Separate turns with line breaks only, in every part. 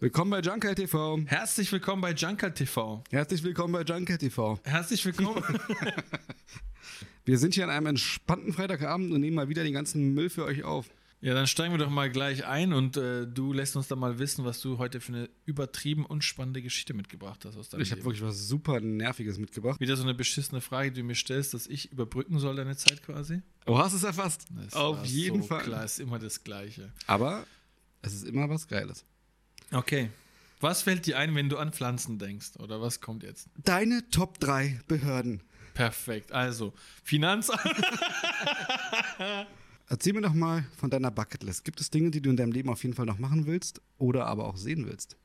Willkommen bei Junker TV.
Herzlich willkommen bei Junker TV.
Herzlich willkommen bei Junker TV.
Herzlich willkommen.
Wir sind hier an einem entspannten Freitagabend und nehmen mal wieder den ganzen Müll für euch auf.
ja, dann steigen wir doch mal gleich ein und äh, du lässt uns dann mal wissen, was du heute für eine übertrieben und spannende Geschichte mitgebracht hast aus deinem
Ich habe
Leben.
wirklich was super Nerviges mitgebracht.
Wieder so eine beschissene Frage, die du mir stellst, dass ich überbrücken soll deine Zeit quasi.
Du hast es erfasst.
Das
Auf
war
jeden
so
Fall.
Klar, ist immer das Gleiche.
Aber es ist immer was Geiles.
Okay. Was fällt dir ein, wenn du an Pflanzen denkst? Oder was kommt jetzt?
Deine Top 3 Behörden.
Perfekt. Also, Finanzamt.
Erzähl mir doch mal von deiner Bucketlist. Gibt es Dinge, die du in deinem Leben auf jeden Fall noch machen willst oder aber auch sehen willst?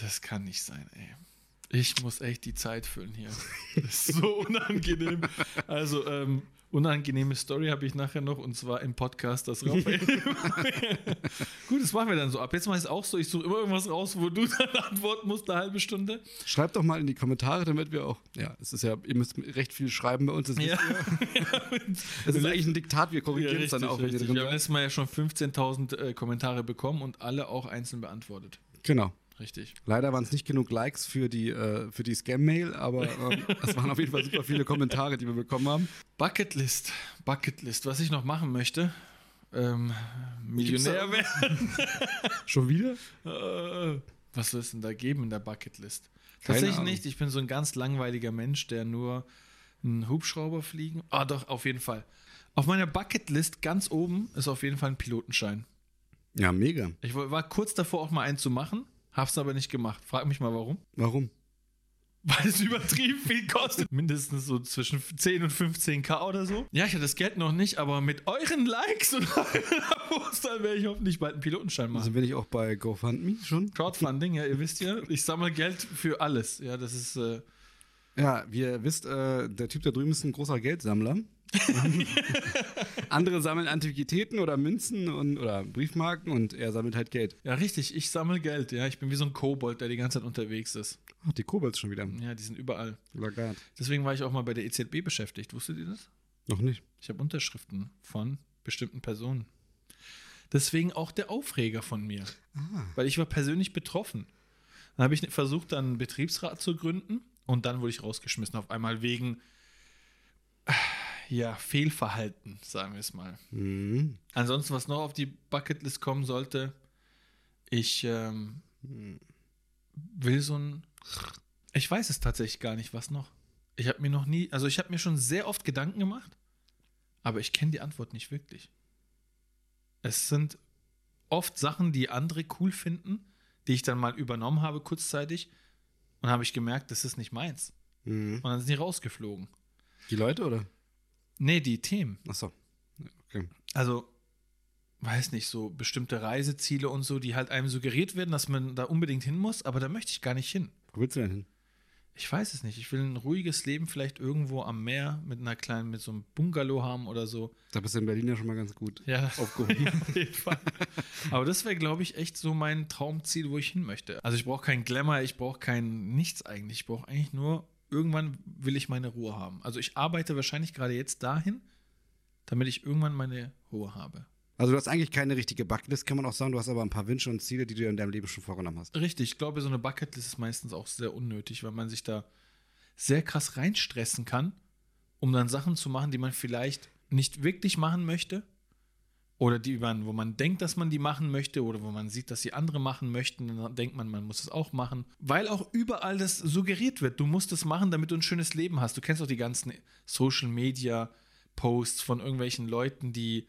Das kann nicht sein, ey. Ich muss echt die Zeit füllen hier. Das ist so unangenehm. Also, ähm, unangenehme Story habe ich nachher noch und zwar im Podcast, das Raphael. Gut, das machen wir dann so. Ab jetzt mache ich es auch so. Ich suche immer irgendwas raus, wo du dann antworten musst, eine halbe Stunde.
Schreibt doch mal in die Kommentare, damit wir auch. Ja, es ist ja, ihr müsst recht viel schreiben bei uns. Das
Ja.
wisst ihr. Es ist eigentlich ein Diktat, wir
Ja,
korrigieren es
richtig,
dann auch, wenn ihr
richtig.
drin
Wir haben
seid.
letztes Mal ja schon 15.000 äh, Kommentare bekommen und alle auch einzeln beantwortet.
Genau.
Richtig.
Leider waren es nicht genug Likes für die, äh, für die Scam-Mail, aber ähm, es waren auf jeden Fall super viele Kommentare, die wir bekommen haben.
Bucketlist. Bucketlist. Was ich noch machen möchte. Ähm, Millionär werden.
Schon wieder?
Äh, Was soll es denn da geben in der Bucketlist?
Keine
Tatsächlich
Ahnung.
nicht. Ich bin so ein ganz langweiliger Mensch, der nur einen Hubschrauber fliegen. Ah, doch, auf jeden Fall. Auf meiner Bucketlist ganz oben ist auf jeden Fall ein Pilotenschein.
Ja, mega.
Ich war war kurz davor, auch mal einen zu machen, hab's aber nicht gemacht. Frag mich mal warum.
Warum?
Weil es übertrieben viel kostet. Mindestens so zwischen 10 und 15k oder so. Ja, ich hatte das Geld noch nicht, aber mit euren Likes und euren Abos, dann werde ich hoffentlich bald einen Pilotenschein machen.
Also bin ich auch bei GoFundMe schon?
Crowdfunding, ja, ihr wisst ja, ich sammle Geld für alles. Ja, das ist. Äh,
Ja, wie ihr wisst, äh, der Typ da drüben ist ein großer Geldsammler. Andere sammeln Antiquitäten oder Münzen und, oder Briefmarken und er sammelt halt Geld.
ja, richtig, ich sammle Geld. Ja, ich bin wie so ein Kobold, der die ganze Zeit unterwegs ist.
Ach, die Kobolds schon wieder.
Ja, die sind überall.
Lagat.
Deswegen war ich auch mal bei der EZB beschäftigt. Wusstet ihr das?
Noch nicht.
Ich habe Unterschriften von bestimmten Personen. Deswegen auch der Aufreger von mir. Weil ich war persönlich betroffen. Dann habe ich versucht, dann einen Betriebsrat zu gründen und dann wurde ich rausgeschmissen. Auf einmal wegen äh, ja, Fehlverhalten, sagen wir es mal.
Hm.
Ansonsten, was noch auf die Bucketlist kommen sollte, ich ähm,
Mhm.
will so ein. Ich weiß es tatsächlich gar nicht, was noch. Ich habe mir noch nie, also ich habe mir schon sehr oft Gedanken gemacht, aber ich kenne die Antwort nicht wirklich. Es sind oft Sachen, die andere cool finden, die ich dann mal übernommen habe kurzzeitig und habe ich gemerkt, das ist nicht meins.
Hm.
Und dann sind die rausgeflogen.
Die Leute oder?
Nee, die Themen.
Achso. Okay.
also weiß nicht, so bestimmte Reiseziele und so, die halt einem suggeriert werden, dass man da unbedingt hin muss, aber da möchte ich gar nicht hin.
Wo willst du denn hin?
Ich weiß es nicht. Ich will ein ruhiges Leben vielleicht irgendwo am Meer mit einer kleinen, mit so einem Bungalow haben oder so.
Da bist du in Berlin ja schon mal ganz gut
Ja,
aufgehoben.
auf jeden Fall. Aber das wäre, glaube ich, echt so mein Traumziel, wo ich hin möchte. Also ich brauche keinen Glamour, ich brauche kein nichts eigentlich. Ich brauche eigentlich nur, irgendwann will ich meine Ruhe haben. Also ich arbeite wahrscheinlich gerade jetzt dahin, damit ich irgendwann meine Ruhe habe.
Also du hast eigentlich keine richtige Bucketlist, kann man auch sagen. Du hast aber ein paar Wünsche und Ziele, die du dir in deinem Leben schon vorgenommen hast.
Richtig, ich glaube, so eine Bucketlist ist meistens auch sehr unnötig, weil man sich da sehr krass reinstressen kann, um dann Sachen zu machen, die man vielleicht nicht wirklich machen möchte oder die man, wo man denkt, dass man die machen möchte oder wo man sieht, dass die andere machen möchten, dann denkt man, man muss es auch machen, weil auch überall das suggeriert wird, du musst es machen, damit du ein schönes Leben hast. Du kennst doch die ganzen Social Media Posts von irgendwelchen Leuten, die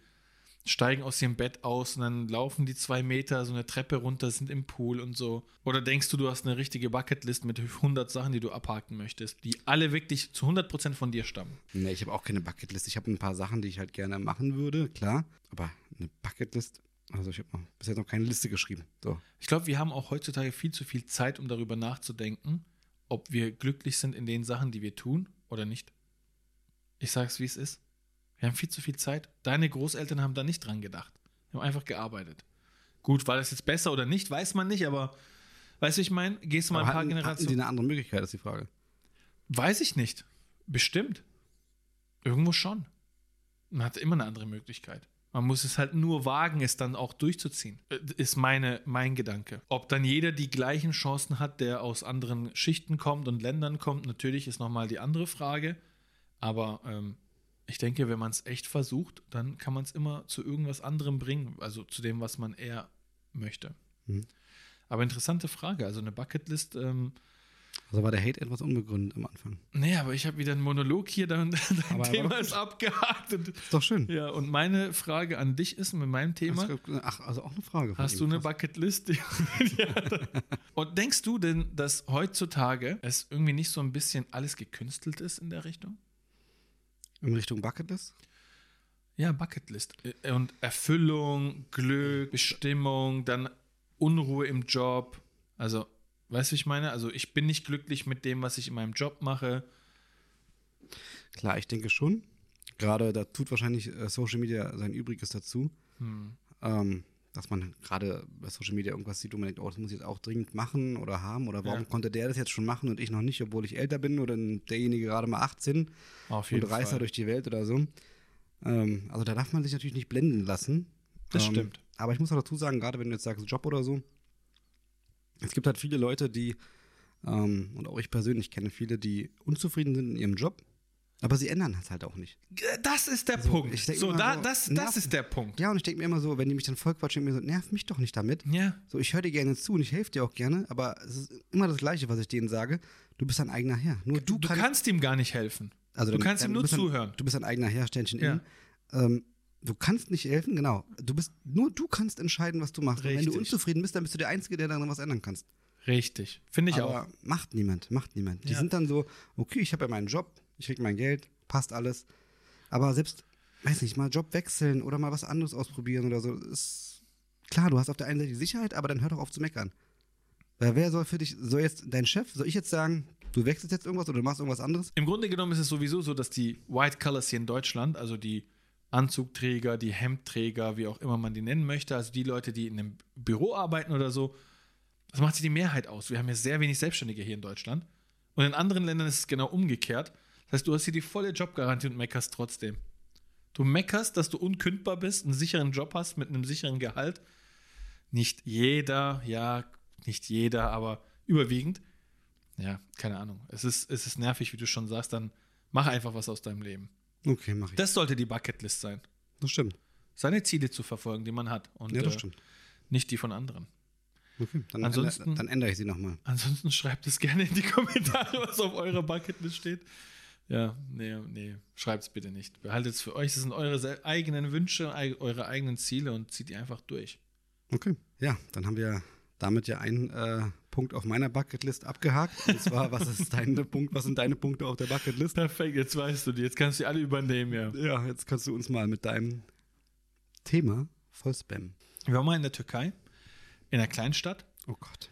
steigen aus dem Bett aus und dann laufen die zwei Meter so eine Treppe runter, sind im Pool und so. Oder denkst du, du hast eine richtige Bucketlist mit 100 Sachen, die du abhaken möchtest, die alle wirklich zu 100% von dir stammen?
Nee, ich habe auch keine Bucketlist. Ich habe ein paar Sachen, die ich halt gerne machen würde, klar. Aber eine Bucketlist, also ich habe noch- bis jetzt noch keine Liste geschrieben. So.
Ich glaube, wir haben auch heutzutage viel zu viel Zeit, um darüber nachzudenken, ob wir glücklich sind in den Sachen, die wir tun oder nicht. Ich sag's, wie es ist. Wir haben viel zu viel Zeit. Deine Großeltern haben da nicht dran gedacht. Die haben einfach gearbeitet. Gut, war das jetzt besser oder nicht, weiß man nicht, aber weißt du, ich meine, gehst du mal
Aber
ein paar
hatten- hatten
Generationen.
die eine andere Möglichkeit, ist die Frage.
Weiß ich nicht. Bestimmt. Irgendwo schon. Man hat immer eine andere Möglichkeit. Man muss es halt nur wagen, es dann auch durchzuziehen. Äh, Ist meine, mein Gedanke. Ob dann jeder die gleichen Chancen hat, der aus anderen Schichten kommt und Ländern kommt, natürlich ist nochmal die andere Frage. Aber ähm, ich denke, wenn man es echt versucht, dann kann man es immer zu irgendwas anderem bringen, also zu dem, was man eher möchte.
Mhm.
Aber interessante Frage. Also eine Bucketlist. Ähm,
Also war der Hate etwas unbegründet am Anfang.
nee, aber ich habe wieder einen Monolog hier, dein, dein
Aber-
Thema
aber-
ist abgehakt. Und,
Ist doch schön.
ja, und meine Frage an dich ist mit meinem Thema.
Ach, also auch eine Frage. von
Hast
ihm.
du eine
Krass.
Bucketlist? die- die hat- Und denkst du denn, dass heutzutage es irgendwie nicht so ein bisschen alles gekünstelt ist in der Richtung?
In Richtung Bucketlist?
Ja, Bucketlist. Äh, Und Erfüllung, Glück, Bestimmung, dann Unruhe im Job. Also, weißt du, wie ich meine? Also, ich bin nicht glücklich mit dem, was ich in meinem Job mache.
Klar, ich denke schon. Gerade da tut wahrscheinlich äh, Social Media sein Übriges dazu.
Hm.
ähm, dass man gerade bei Social Media irgendwas sieht, wo man denkt, oh, das muss ich jetzt auch dringend machen oder haben oder warum
Ja.
konnte der das jetzt schon machen und ich noch nicht, obwohl ich älter bin oder derjenige gerade mal 18
Auf
und reist da durch die Welt oder so. Ähm, also da darf man sich natürlich nicht blenden lassen.
Das
ähm,
stimmt.
Aber ich muss auch dazu sagen, gerade wenn du jetzt sagst Job oder so, es gibt halt viele Leute, die, ähm, und auch ich persönlich kenne viele, die unzufrieden sind in ihrem Job, aber sie ändern das halt auch nicht.
Das ist der
So,
Punkt.
ich denk
So,
immer
da,
so,
das, das
nerven.
ist der Punkt.
Ja, und ich denke mir immer so, wenn die mich dann vollquatschen, denke ich mir so, nerv mich doch nicht damit.
Ja.
So, ich höre dir gerne zu und ich helfe dir auch gerne, aber es ist immer das Gleiche, was ich denen sage. Du bist dein eigener Herr. Nur du,
Du, kannst ihm gar nicht helfen.
also
du
dann-
kannst ihm
dann
nur
bist ein-
zuhören.
Du bist dein eigener Herr, Sternchen
Ja.
innen. Ähm, du kannst nicht helfen, genau. Du bist, nur du kannst entscheiden, was du machst. Und wenn du
Richtig.
unzufrieden bist, dann bist du der Einzige, der daran was ändern kannst.
Richtig. Finde ich
aber
auch.
macht niemand, macht niemand. Die
Ja.
sind dann so, okay, ich habe ja meinen Job, ich krieg mein Geld, passt alles. Aber selbst, weiß nicht, mal Job wechseln oder mal was anderes ausprobieren oder so, ist klar, du hast auf der einen Seite die Sicherheit, aber dann hör doch auf zu meckern. Weil wer soll für dich, soll jetzt dein Chef, soll ich jetzt sagen, du wechselst jetzt irgendwas oder du machst irgendwas anderes?
Im Grunde genommen ist es sowieso so, dass die White Colors hier in Deutschland, also die Anzugträger, die Hemdträger, wie auch immer man die nennen möchte, also die Leute, die in einem Büro arbeiten oder so, das macht sich die Mehrheit aus. Wir haben ja sehr wenig Selbstständige hier in Deutschland. Und in anderen Ländern ist es genau umgekehrt. Das heißt, du hast hier die volle Jobgarantie und meckerst trotzdem. Du meckerst, dass du unkündbar bist, einen sicheren Job hast mit einem sicheren Gehalt. Nicht jeder, ja, nicht jeder, aber überwiegend. Ja, keine Ahnung. Es ist, es ist nervig, wie du schon sagst, dann mach einfach was aus deinem Leben.
Okay, mach ich.
Das sollte die Bucketlist sein.
Das stimmt.
Seine Ziele zu verfolgen, die man hat und
Ja, das
äh,
stimmt.
nicht die von anderen.
Okay, dann,
ansonsten-
ändere, dann ändere ich sie nochmal.
Ansonsten schreibt es gerne in die Kommentare, was auf eurer Bucketlist steht. Ja, nee, nee, schreibt es bitte nicht. Behaltet es für euch. Das sind eure se- eigenen Wünsche, ei- eure eigenen Ziele und zieht die einfach durch.
Okay. Ja, dann haben wir damit ja einen äh, Punkt auf meiner Bucketlist abgehakt. Und zwar, was ist dein Punkt, was sind deine Punkte auf der Bucketlist?
Perfekt, jetzt weißt du die. Jetzt kannst du die alle übernehmen, ja.
Ja, jetzt kannst du uns mal mit deinem Thema voll spammen.
Wir waren mal in der Türkei, in einer Kleinstadt.
Oh Gott.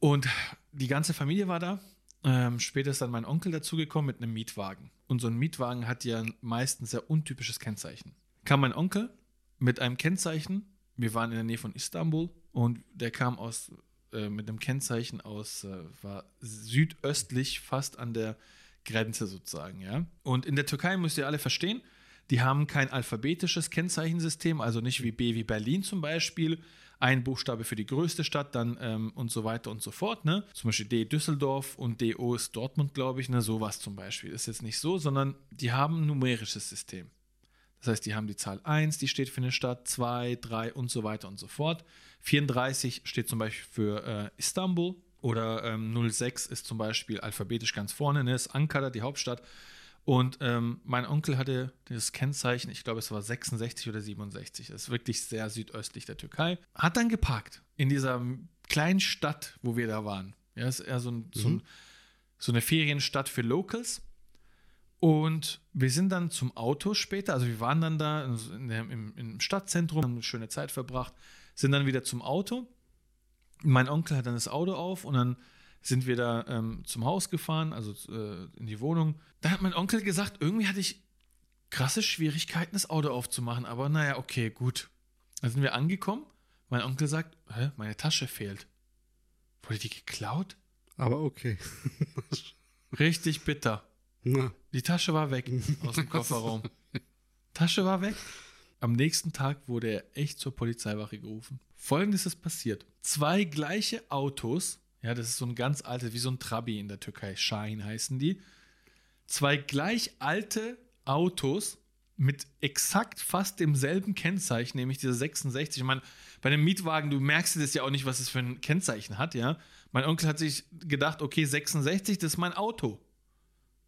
Und die ganze Familie war da. Ähm, später ist dann mein Onkel dazugekommen mit einem Mietwagen. Und so ein Mietwagen hat ja meistens sehr untypisches Kennzeichen. Kam mein Onkel mit einem Kennzeichen. Wir waren in der Nähe von Istanbul und der kam aus äh, mit einem Kennzeichen aus, äh, war südöstlich fast an der Grenze sozusagen, ja. Und in der Türkei müsst ihr alle verstehen, die haben kein alphabetisches Kennzeichensystem, also nicht wie B wie Berlin zum Beispiel. Ein Buchstabe für die größte Stadt, dann ähm, und so weiter und so fort. Ne? Zum Beispiel D Düsseldorf und DO ist Dortmund, glaube ich. Ne? Sowas zum Beispiel. Ist jetzt nicht so, sondern die haben ein numerisches System. Das heißt, die haben die Zahl 1, die steht für eine Stadt, 2, 3 und so weiter und so fort. 34 steht zum Beispiel für äh, Istanbul oder ähm, 06 ist zum Beispiel alphabetisch ganz vorne, ne? ist Ankara, die Hauptstadt. Und ähm, mein Onkel hatte dieses Kennzeichen, ich glaube, es war 66 oder 67. Das ist wirklich sehr südöstlich der Türkei. Hat dann geparkt in dieser kleinen Stadt, wo wir da waren. Ja, ist eher so, ein, so, ein, so eine Ferienstadt für Locals. Und wir sind dann zum Auto später, also wir waren dann da in der, im, im Stadtzentrum, haben eine schöne Zeit verbracht, sind dann wieder zum Auto. Mein Onkel hat dann das Auto auf und dann sind wir da ähm, zum Haus gefahren, also äh, in die Wohnung. Da hat mein Onkel gesagt, irgendwie hatte ich krasse Schwierigkeiten, das Auto aufzumachen, aber naja, okay, gut. Dann sind wir angekommen. Mein Onkel sagt, Hä, meine Tasche fehlt. Wurde die geklaut?
Aber okay.
Richtig bitter.
Na,
Die Tasche war weg aus dem Kofferraum. Tasche war weg. Am nächsten Tag wurde er echt zur Polizeiwache gerufen. Folgendes ist passiert. Zwei gleiche Autos, ja, das ist so ein ganz altes, wie so ein Trabi in der Türkei, Shahin heißen die. Zwei gleich alte Autos mit exakt fast demselben Kennzeichen, nämlich dieser 66. Ich meine, bei einem Mietwagen, du merkst dir das ja auch nicht, was es für ein Kennzeichen hat, ja. Mein Onkel hat sich gedacht, okay, 66, das ist mein Auto.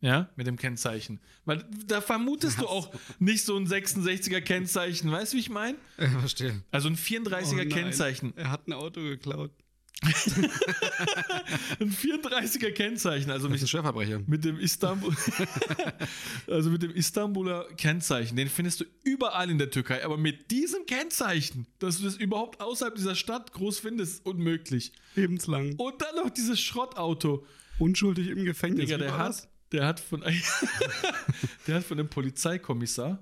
Ja, mit dem Kennzeichen. Weil da vermutest du auch nicht so ein 66er Kennzeichen. Weißt du, wie ich meine?
Ich verstehe.
Also ein 34er
Oh nein.
Kennzeichen.
Er hat ein Auto geklaut.
Ein 34er Kennzeichen. Also
Das ist ein
mit,
Schwerverbrecher.
mit dem Istanbul. also mit dem Istanbuler Kennzeichen. Den findest du überall in der Türkei. Aber mit diesem Kennzeichen, dass du das überhaupt außerhalb dieser Stadt groß findest, unmöglich.
Lebenslang.
Und dann noch dieses Schrottauto.
Unschuldig im Gefängnis.
Digga,
Wie
der
war
hat,
das?
der hat von der hat von dem Polizeikommissar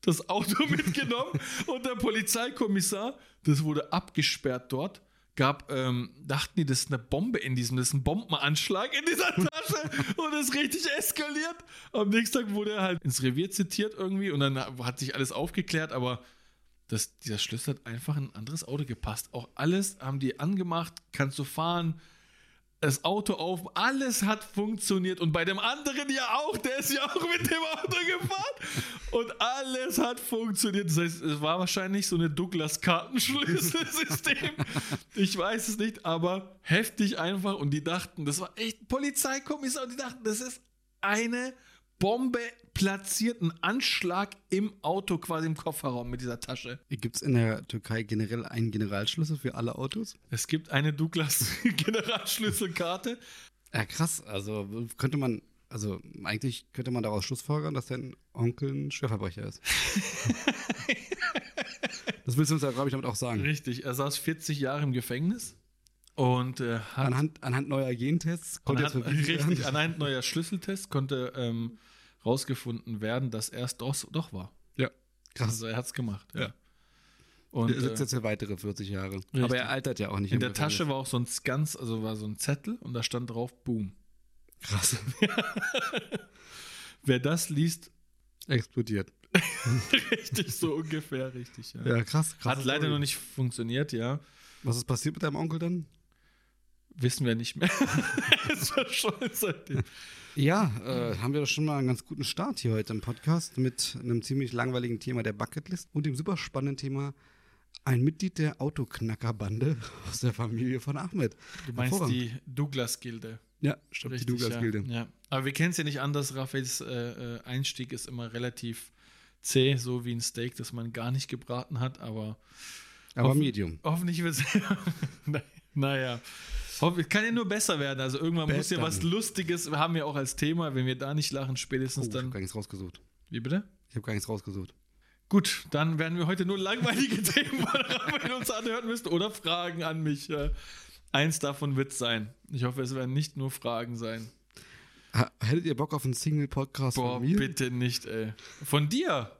das Auto mitgenommen und der Polizeikommissar, das wurde abgesperrt dort, gab, ähm, dachten die, das ist eine Bombe in diesem, das ist ein Bombenanschlag in dieser Tasche und ist richtig eskaliert. Am nächsten Tag wurde er halt ins Revier zitiert irgendwie und dann hat sich alles aufgeklärt, aber das, dieser Schlüssel hat einfach in ein anderes Auto gepasst. Auch alles haben die angemacht, kannst du fahren, das Auto auf, alles hat funktioniert und bei dem anderen ja auch, der ist ja auch mit dem Auto gefahren und alles hat funktioniert. Das heißt, es war wahrscheinlich so eine Douglas-Kartenschlüsselsystem. Ich weiß es nicht, aber heftig einfach und die dachten, das war echt ein Polizeikommissar und die dachten, das ist eine Bombe platziert, ein Anschlag im Auto, quasi im Kofferraum mit dieser Tasche.
Gibt es in der Türkei generell einen Generalschlüssel für alle Autos?
Es gibt eine Douglas-Generalschlüsselkarte.
Ja, krass. Also könnte man, also eigentlich könnte man daraus schlussfolgern, dass dein Onkel ein Schwerverbrecher ist. das willst du uns ja, glaube ich, damit auch sagen.
Richtig, er saß 40 Jahre im Gefängnis und äh, hat
Anhand, anhand neuer Gentests konnte jetzt
anhand,
bewiesen werden-
richtig, anhand neuer Schlüsseltest konnte ähm, rausgefunden werden, dass er es doch, doch war.
Ja, krass.
Also er hat es gemacht. Ja.
Ja.
Und
er sitzt
äh,
jetzt für weitere 40 Jahre. Aber er altert ja auch nicht.
in
im
der
Gefängnis.
Tasche war auch so ein ganz, also war so ein Zettel und da stand drauf Boom.
Krass.
Wer das liest,
Explodiert.
richtig so ungefähr richtig. Ja.
Ja, krass. krass
hat leider noch nicht funktioniert, ja.
Was ist passiert mit deinem Onkel dann?
Wissen wir nicht mehr. es war schon seitdem.
Ja, äh, haben wir doch schon mal einen ganz guten Start hier heute im Podcast mit einem ziemlich langweiligen Thema der Bucketlist und dem super spannenden Thema ein Mitglied der Autoknackerbande aus der Familie von Ahmed.
Du meinst
Hervorragend.
die Douglas-Gilde.
Ja, stimmt, die Douglas-Gilde.
Ja, ja. Aber wir kennen es ja nicht anders. Raphaels äh, äh, Einstieg ist immer relativ zäh, so wie ein Steak, das man gar nicht gebraten hat, aber
Aber
Hoffen-
Medium.
hoffentlich wird es. naja. Hoffentlich kann ja nur besser werden. Also irgendwann muss ja
Besser.
was Lustiges, haben wir auch als Thema. Wenn wir da nicht lachen,
Oh,
spätestens
ich habe
dann.
gar nichts rausgesucht.
Wie bitte?
Ich habe gar nichts rausgesucht.
Gut, dann werden wir heute nur langweilige Themen von Raphael uns anhören müssen oder Fragen an mich. Äh, Eins davon wird es sein. Ich hoffe, es werden nicht nur Fragen sein.
Ha- Hättet ihr Bock auf einen Single-Podcast
Boah,
von mir?
bitte nicht, ey. Von dir?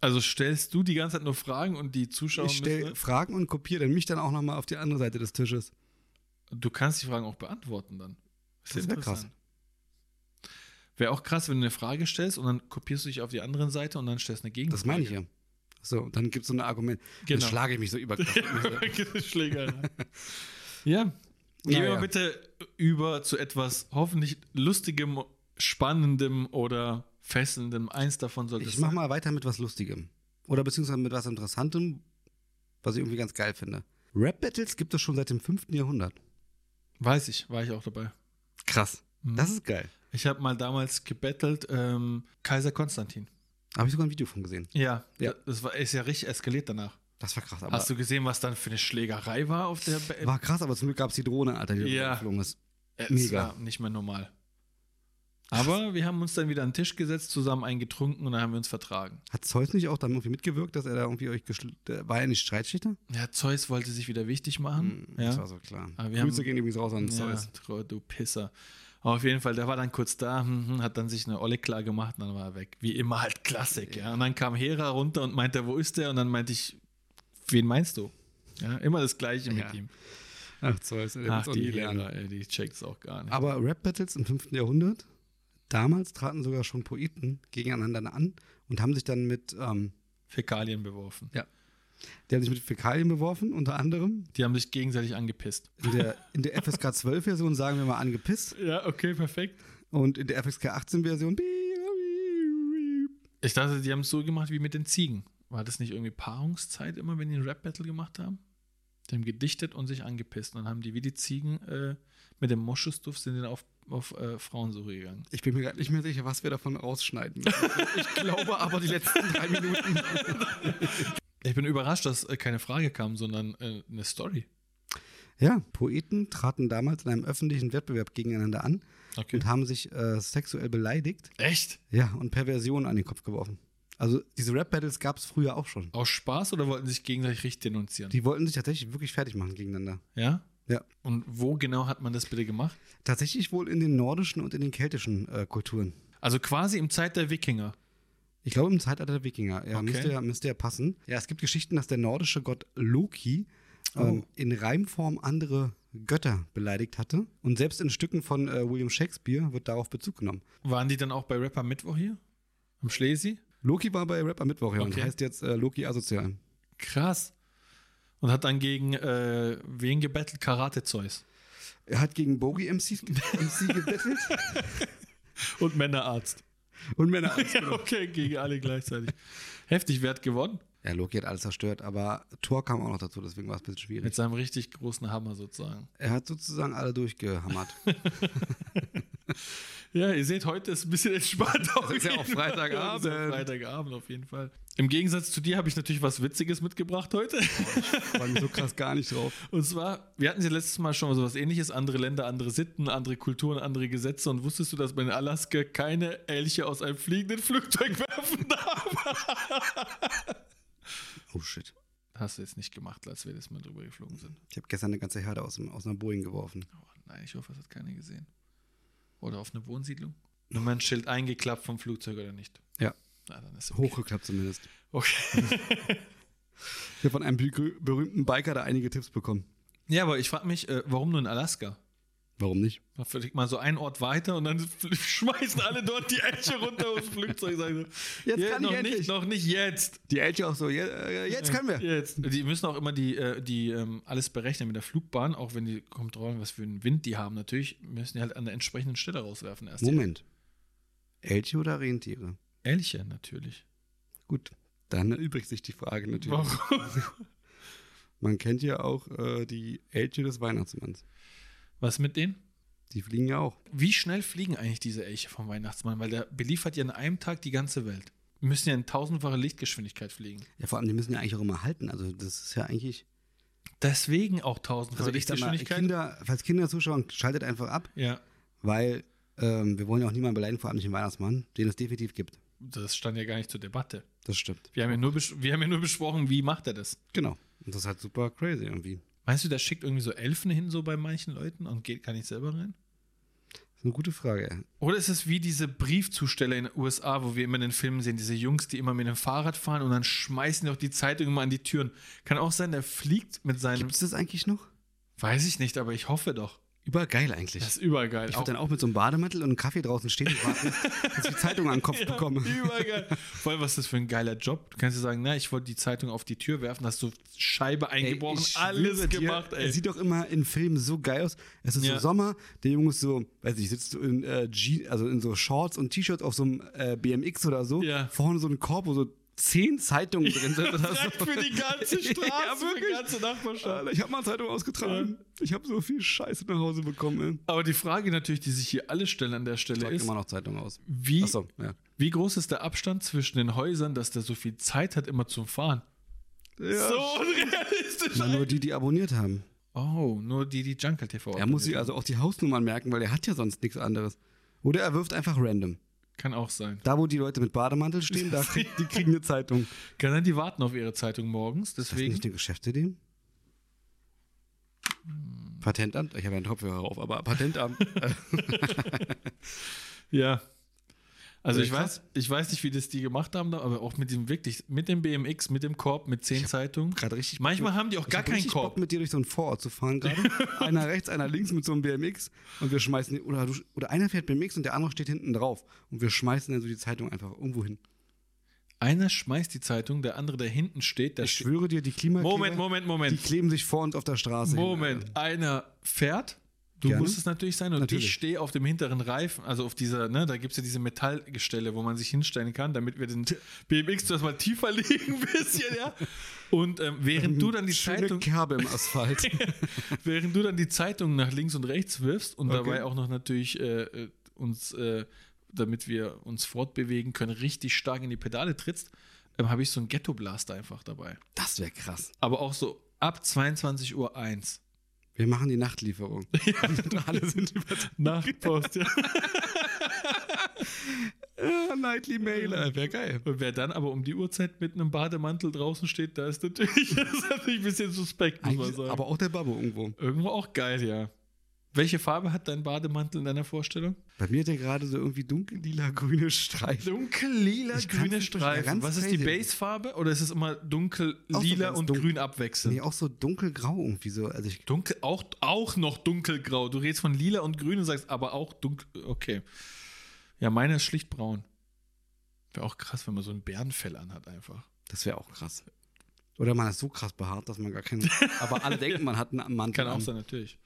Also stellst du die ganze Zeit nur Fragen und die Zuschauer
Ich stelle
müssen. ne?
Fragen und kopiere dann mich dann auch nochmal auf die andere Seite des Tisches.
Du kannst die Fragen auch beantworten dann. Ist
Das wär krass.
interessant. Wäre auch krass, wenn du eine Frage stellst und dann kopierst du dich auf die andere Seite und dann stellst eine Gegenfrage.
Das meine ich ja. So, und dann gibt es so ein Argument.
Genau.
Dann schlage ich mich so über.
Schlägerei. ja. Gehen wir
Naja.
mal bitte über zu etwas hoffentlich lustigem, spannendem oder fesselndem. Eins davon sollte
Ich
es
mach
sein.
mal weiter mit was Lustigem. Oder beziehungsweise mit was Interessantem, was ich irgendwie ganz geil finde. Rap-Battles gibt es schon seit dem 5. Jahrhundert.
Weiß ich, war ich auch dabei.
Krass.
Mhm.
Das ist geil.
Ich habe mal damals gebettelt, ähm, Kaiser Konstantin.
Habe ich sogar ein Video von gesehen.
Ja,
Ja.
Das war, ist ja richtig eskaliert danach.
Das war krass. Aber
Hast du gesehen, was dann für eine Schlägerei war auf der Be
war krass, aber zum Glück gab es die Drohne, Alter, die
Ja.
ja. geflogen ist.
Es
mega.
war nicht mehr normal. Aber wir haben uns dann wieder an den Tisch gesetzt, zusammen einen getrunken und dann haben wir uns vertragen.
Hat Zeus nicht auch da irgendwie mitgewirkt, dass er da irgendwie euch geschl der- War er nicht Streitschlichter?
Ja, Zeus wollte sich wieder wichtig machen.
Mhm, Das
Ah, ja.
war so klar.
Aber wir
Grüße
haben-
gehen übrigens raus an
Ja,
Zeus.
tro- du Pisser. Aber auf jeden Fall, der war dann kurz da, hm, hm, hat dann sich eine Olle klar gemacht und dann war er weg. Wie immer halt Klassik, ja. Und dann kam Hera runter und meinte, wo ist der? Und dann meinte ich, wen meinst du? Ja, immer das Gleiche mit
Ja.
ihm.
Ach, Zeus, der
Ach,
wird's
die Hera, ey, die checkt's auch gar nicht.
Aber Rap-Battles im 5. Jahrhundert, damals traten sogar schon Poeten gegeneinander an und haben sich dann mit ähm,
Fäkalien beworfen.
Die haben sich mit Fäkalien beworfen, unter anderem.
Die haben sich gegenseitig angepisst.
In der, in der FSK 12-Version sagen wir mal angepisst.
Ja, okay, perfekt.
Und in der FSK 18-Version.
Ich dachte, die haben es so gemacht wie mit den Ziegen. War das nicht irgendwie Paarungszeit immer, wenn die ein Rap-Battle gemacht haben? Die haben gedichtet und sich angepisst. Und dann haben die wie die Ziegen äh, mit dem Moschusduft sind die dann auf, auf äh, Frauensuche gegangen.
Ich bin mir gerade nicht mehr sicher, was wir davon rausschneiden. müssen. ich glaube aber die letzten drei Minuten.
Ich bin überrascht, dass äh, keine Frage kam, sondern äh, eine Story.
Ja, Poeten traten damals in einem öffentlichen Wettbewerb gegeneinander an
Okay.
und haben sich äh, sexuell beleidigt
Echt?
ja, und Perversionen an den Kopf geworfen. Also diese Rap-Battles gab es früher auch schon.
Aus Spaß oder wollten sich gegenseitig richtig denunzieren?
Die wollten sich tatsächlich wirklich fertig machen gegeneinander.
ja?
Ja.
Und wo genau hat man das bitte gemacht?
Tatsächlich wohl in den nordischen und in den keltischen äh, Kulturen.
Also quasi im Zeit der Wikinger.
Ich glaube im Zeitalter der Wikinger. Ja,
Okay.
müsste, ja, müsste ja passen. Ja, es gibt Geschichten, dass der nordische Gott Loki ähm, in Reimform andere Götter beleidigt hatte. Und selbst in Stücken von äh, William Shakespeare wird darauf Bezug genommen.
Waren die dann auch bei Rapper Mittwoch hier? Am Schlesi?
Loki war bei Rap am Mittwoch ja, und
Okay.
heißt jetzt äh, Loki asozial.
Krass. Und hat dann gegen äh, wen gebettelt? Karate Zeus.
Er hat gegen Bogie MC, MC gebettelt
Und Männerarzt.
und Männer.
ja, okay, gegen alle gleichzeitig. Heftig, wer hat gewonnen?
Ja, Loki hat alles zerstört, aber Thor kam auch noch dazu, deswegen war es ein bisschen schwierig.
Mit seinem richtig großen Hammer sozusagen.
Er hat sozusagen alle durchgehammert.
Ja, ihr seht, heute ist ein bisschen entspannt. auf
ist ja
jeden
auch
Fall.
Freitagabend.
Ja, ist auch Freitagabend auf jeden Fall. Im Gegensatz zu dir habe ich natürlich was Witziges mitgebracht heute.
War mir so krass gar nicht drauf.
Und zwar, wir hatten ja letztes Mal schon mal sowas ähnliches, andere Länder, andere Sitten, andere Kulturen, andere Gesetze. Und wusstest du, dass man in Alaska keine Elche aus einem fliegenden Flugzeug werfen darf?
Oh shit.
Hast du jetzt nicht gemacht, als wir das mal drüber geflogen sind.
Ich habe gestern eine ganze Herde aus, dem- aus einer Boeing geworfen.
Oh, nein, ich hoffe, es hat keiner gesehen. Oder auf eine Wohnsiedlung. Nummernschild eingeklappt vom Flugzeug oder nicht?
Ja.
Na, dann ist okay.
Hochgeklappt zumindest.
okay.
Ich habe von einem berü- berühmten Biker da einige Tipps bekommen.
Ja, aber ich frage mich, äh, warum nur in Alaska?
Warum nicht?
Mal vielleicht mal so einen Ort weiter und dann fl- schmeißen alle dort die Elche runter aufs Flugzeug. Sagen so,
Jetzt kann ich
noch
endlich."
nicht, noch nicht jetzt.
Die Elche auch so, "Je- äh, jetzt können wir.
Jetzt. Die müssen auch immer die, äh, die ähm, alles berechnen mit der Flugbahn, auch wenn die kommt drauf, an, was für einen Wind die haben. Natürlich müssen die halt an der entsprechenden Stelle rauswerfen erst. die
Moment. Elche oder Rentiere?
Elche natürlich.
Gut, dann erübrigt sich die Frage natürlich.
Warum?
Man kennt ja auch äh, die Elche des Weihnachtsmanns.
Was mit denen?
Die fliegen ja auch.
Wie schnell fliegen eigentlich diese Elche vom Weihnachtsmann? Weil der beliefert ja in einem Tag die ganze Welt. Die müssen ja in tausendfache Lichtgeschwindigkeit fliegen.
Ja, vor allem, die müssen ja eigentlich auch immer halten. Also das ist ja eigentlich...
Deswegen auch tausendfache
Also ich sag mal,
Lichtgeschwindigkeit.
Kinder, falls Kinder zuschauen, schaltet einfach ab,
ja,
weil ähm, wir wollen ja auch niemanden beleidigen, vor allem nicht den Weihnachtsmann, den es definitiv gibt.
das stand ja gar nicht zur Debatte.
Das stimmt.
Wir haben ja nur, besch wir haben ja nur besprochen, wie macht er das?
Genau. Und das ist halt super crazy irgendwie.
Meinst du, der schickt irgendwie so Elfen hin, so bei manchen Leuten und geht gar nicht selber rein?
Das ist eine gute Frage.
Oder ist es wie diese Briefzusteller in den USA, wo wir immer in den Filmen sehen, diese Jungs, die immer mit dem Fahrrad fahren und dann schmeißen die auch die Zeitung immer an die Türen. Kann auch sein, der fliegt mit seinem.
Gibt es das eigentlich noch?
Weiß ich nicht, aber ich hoffe doch.
Übergeil eigentlich.
Das ist übergeil.
Ich würde dann auch mit so einem Bademantel und einem Kaffee draußen stehen und warten, dass ich die Zeitung an den Kopf bekomme.
Übergeil. Vor allem, was ist das für ein geiler Job? Du kannst ja sagen, na, ich wollte die Zeitung auf die Tür werfen, hast du Scheibe eingebrochen,
ich schwöre
alles
dir,
gemacht, ey.
Es sieht doch immer in Filmen so geil aus. Es ist so
Ja.
Sommer, der Junge ist so, weiß ich, sitzt so in, äh, Je also in so Shorts und T-Shirts auf so einem äh, BMX oder so.
Ja.
Vorne so ein Korb, wo so zehn Zeitungen drin sind oder so.
Fragt für die ganze
Ja,
Straße, für die
wirklich.
ganze Nachbarschaft.
Alter, ich habe mal eine Zeitung ausgetragen. Ich habe so viel Scheiße nach Hause bekommen. Ey.
Aber die Frage natürlich, die sich hier alle stellen an der
Ich
Stelle
trage
ist,
immer noch Zeitung aus.
wie,
Achso, ja.
wie groß ist der Abstand zwischen den Häusern, dass der so viel Zeit hat, immer zum Fahren?
ja.
So unrealistisch.
Na, nur die, die abonniert haben.
Oh, nur die, die Jungle TV.
Er muss sich also auch die Hausnummern merken, weil er hat ja sonst nichts anderes. Oder er wirft einfach random.
Kann auch sein.
Da, wo die Leute mit Bademantel stehen, da krieg, die kriegen eine Zeitung.
Kann sein, die warten auf ihre Zeitung morgens,
Ist
deswegen.
nicht eine Geschäftsidee? Patentamt? Ich habe ja einen Kopfhörer auf, aber Patentamt.
Ja. Also
Ja,
ich
krass.
weiß, ich weiß nicht, wie das die gemacht haben, da, aber auch mit dem wirklich, mit dem BMX, mit dem Korb, mit zehn Zeitungen.
Gerade richtig.
Manchmal haben die auch
Ich
gar
hab
keinen
richtig
Korb.
Bock, mit dir durch so einen Vorort zu fahren gerade. einer rechts, einer links mit so einem BMX und wir schmeißen die, oder, du, oder einer fährt BMX und der andere steht hinten drauf und wir schmeißen dann so die Zeitung einfach irgendwo hin.
Einer schmeißt die Zeitung, der andere, der hinten steht, der
Ich
ste-
schwöre dir, die Klimakleber,
Moment, Moment,
die
Moment.
kleben sich vor uns auf der Straße. hin,
Moment,
Alter.
einer fährt, du
Gerne.
musst es natürlich sein, und
Natürlich.
ich stehe auf dem hinteren Reifen, also auf dieser, ne, da gibt es ja diese Metallgestelle, wo man sich hinstellen kann, damit wir den BMX zuerst mal tiefer legen, ein bisschen, ja. Und ähm, während du dann die
Schöne
Zeitung,
Kerbe im Asphalt.
während du dann die Zeitung nach links und rechts wirfst und
Okay.
dabei auch noch natürlich äh, äh, uns, äh, damit wir uns fortbewegen können, richtig stark in die Pedale trittst, ähm, habe ich so einen Ghetto-Blaster einfach dabei.
das wäre krass.
Aber auch so ab 22 Uhr 1.
Wir machen die Nachtlieferung. Alle sind über
Nachtpost, ja.
Ah, Nightly Mail, wäre geil.
Und wer dann aber um die Uhrzeit mit einem Bademantel draußen steht, da ist natürlich, das ist natürlich ein bisschen suspekt, muss man
Eigentlich,
sagen.
aber auch der Babbo irgendwo.
Irgendwo auch geil, ja. Welche Farbe hat dein Bademantel in deiner Vorstellung?
Bei mir hat er gerade so irgendwie dunkel-lila grüne Streifen.
Dunkel, lila,
Ich kann's
grüne
nicht mehr
Streifen.
ganz
Was ist die
crazy.
Basefarbe? Oder ist es immer dunkel,
Auch so
lila
ganz
und
dunkel.
grün abwechselnd?
Nee, auch so dunkelgrau irgendwie so. Also ich,
Dunkel, auch, auch noch dunkelgrau. Du redest von lila und grün und sagst aber auch dunkel. Okay. Ja, meine ist schlicht braun. Wäre auch krass, wenn man so ein Bärenfell anhat einfach.
das wäre auch krass. Oder man ist so krass behaart, dass man gar keinen. Aber alle denken, man hat einen Mantel.
Kann auch
an.
sein, natürlich.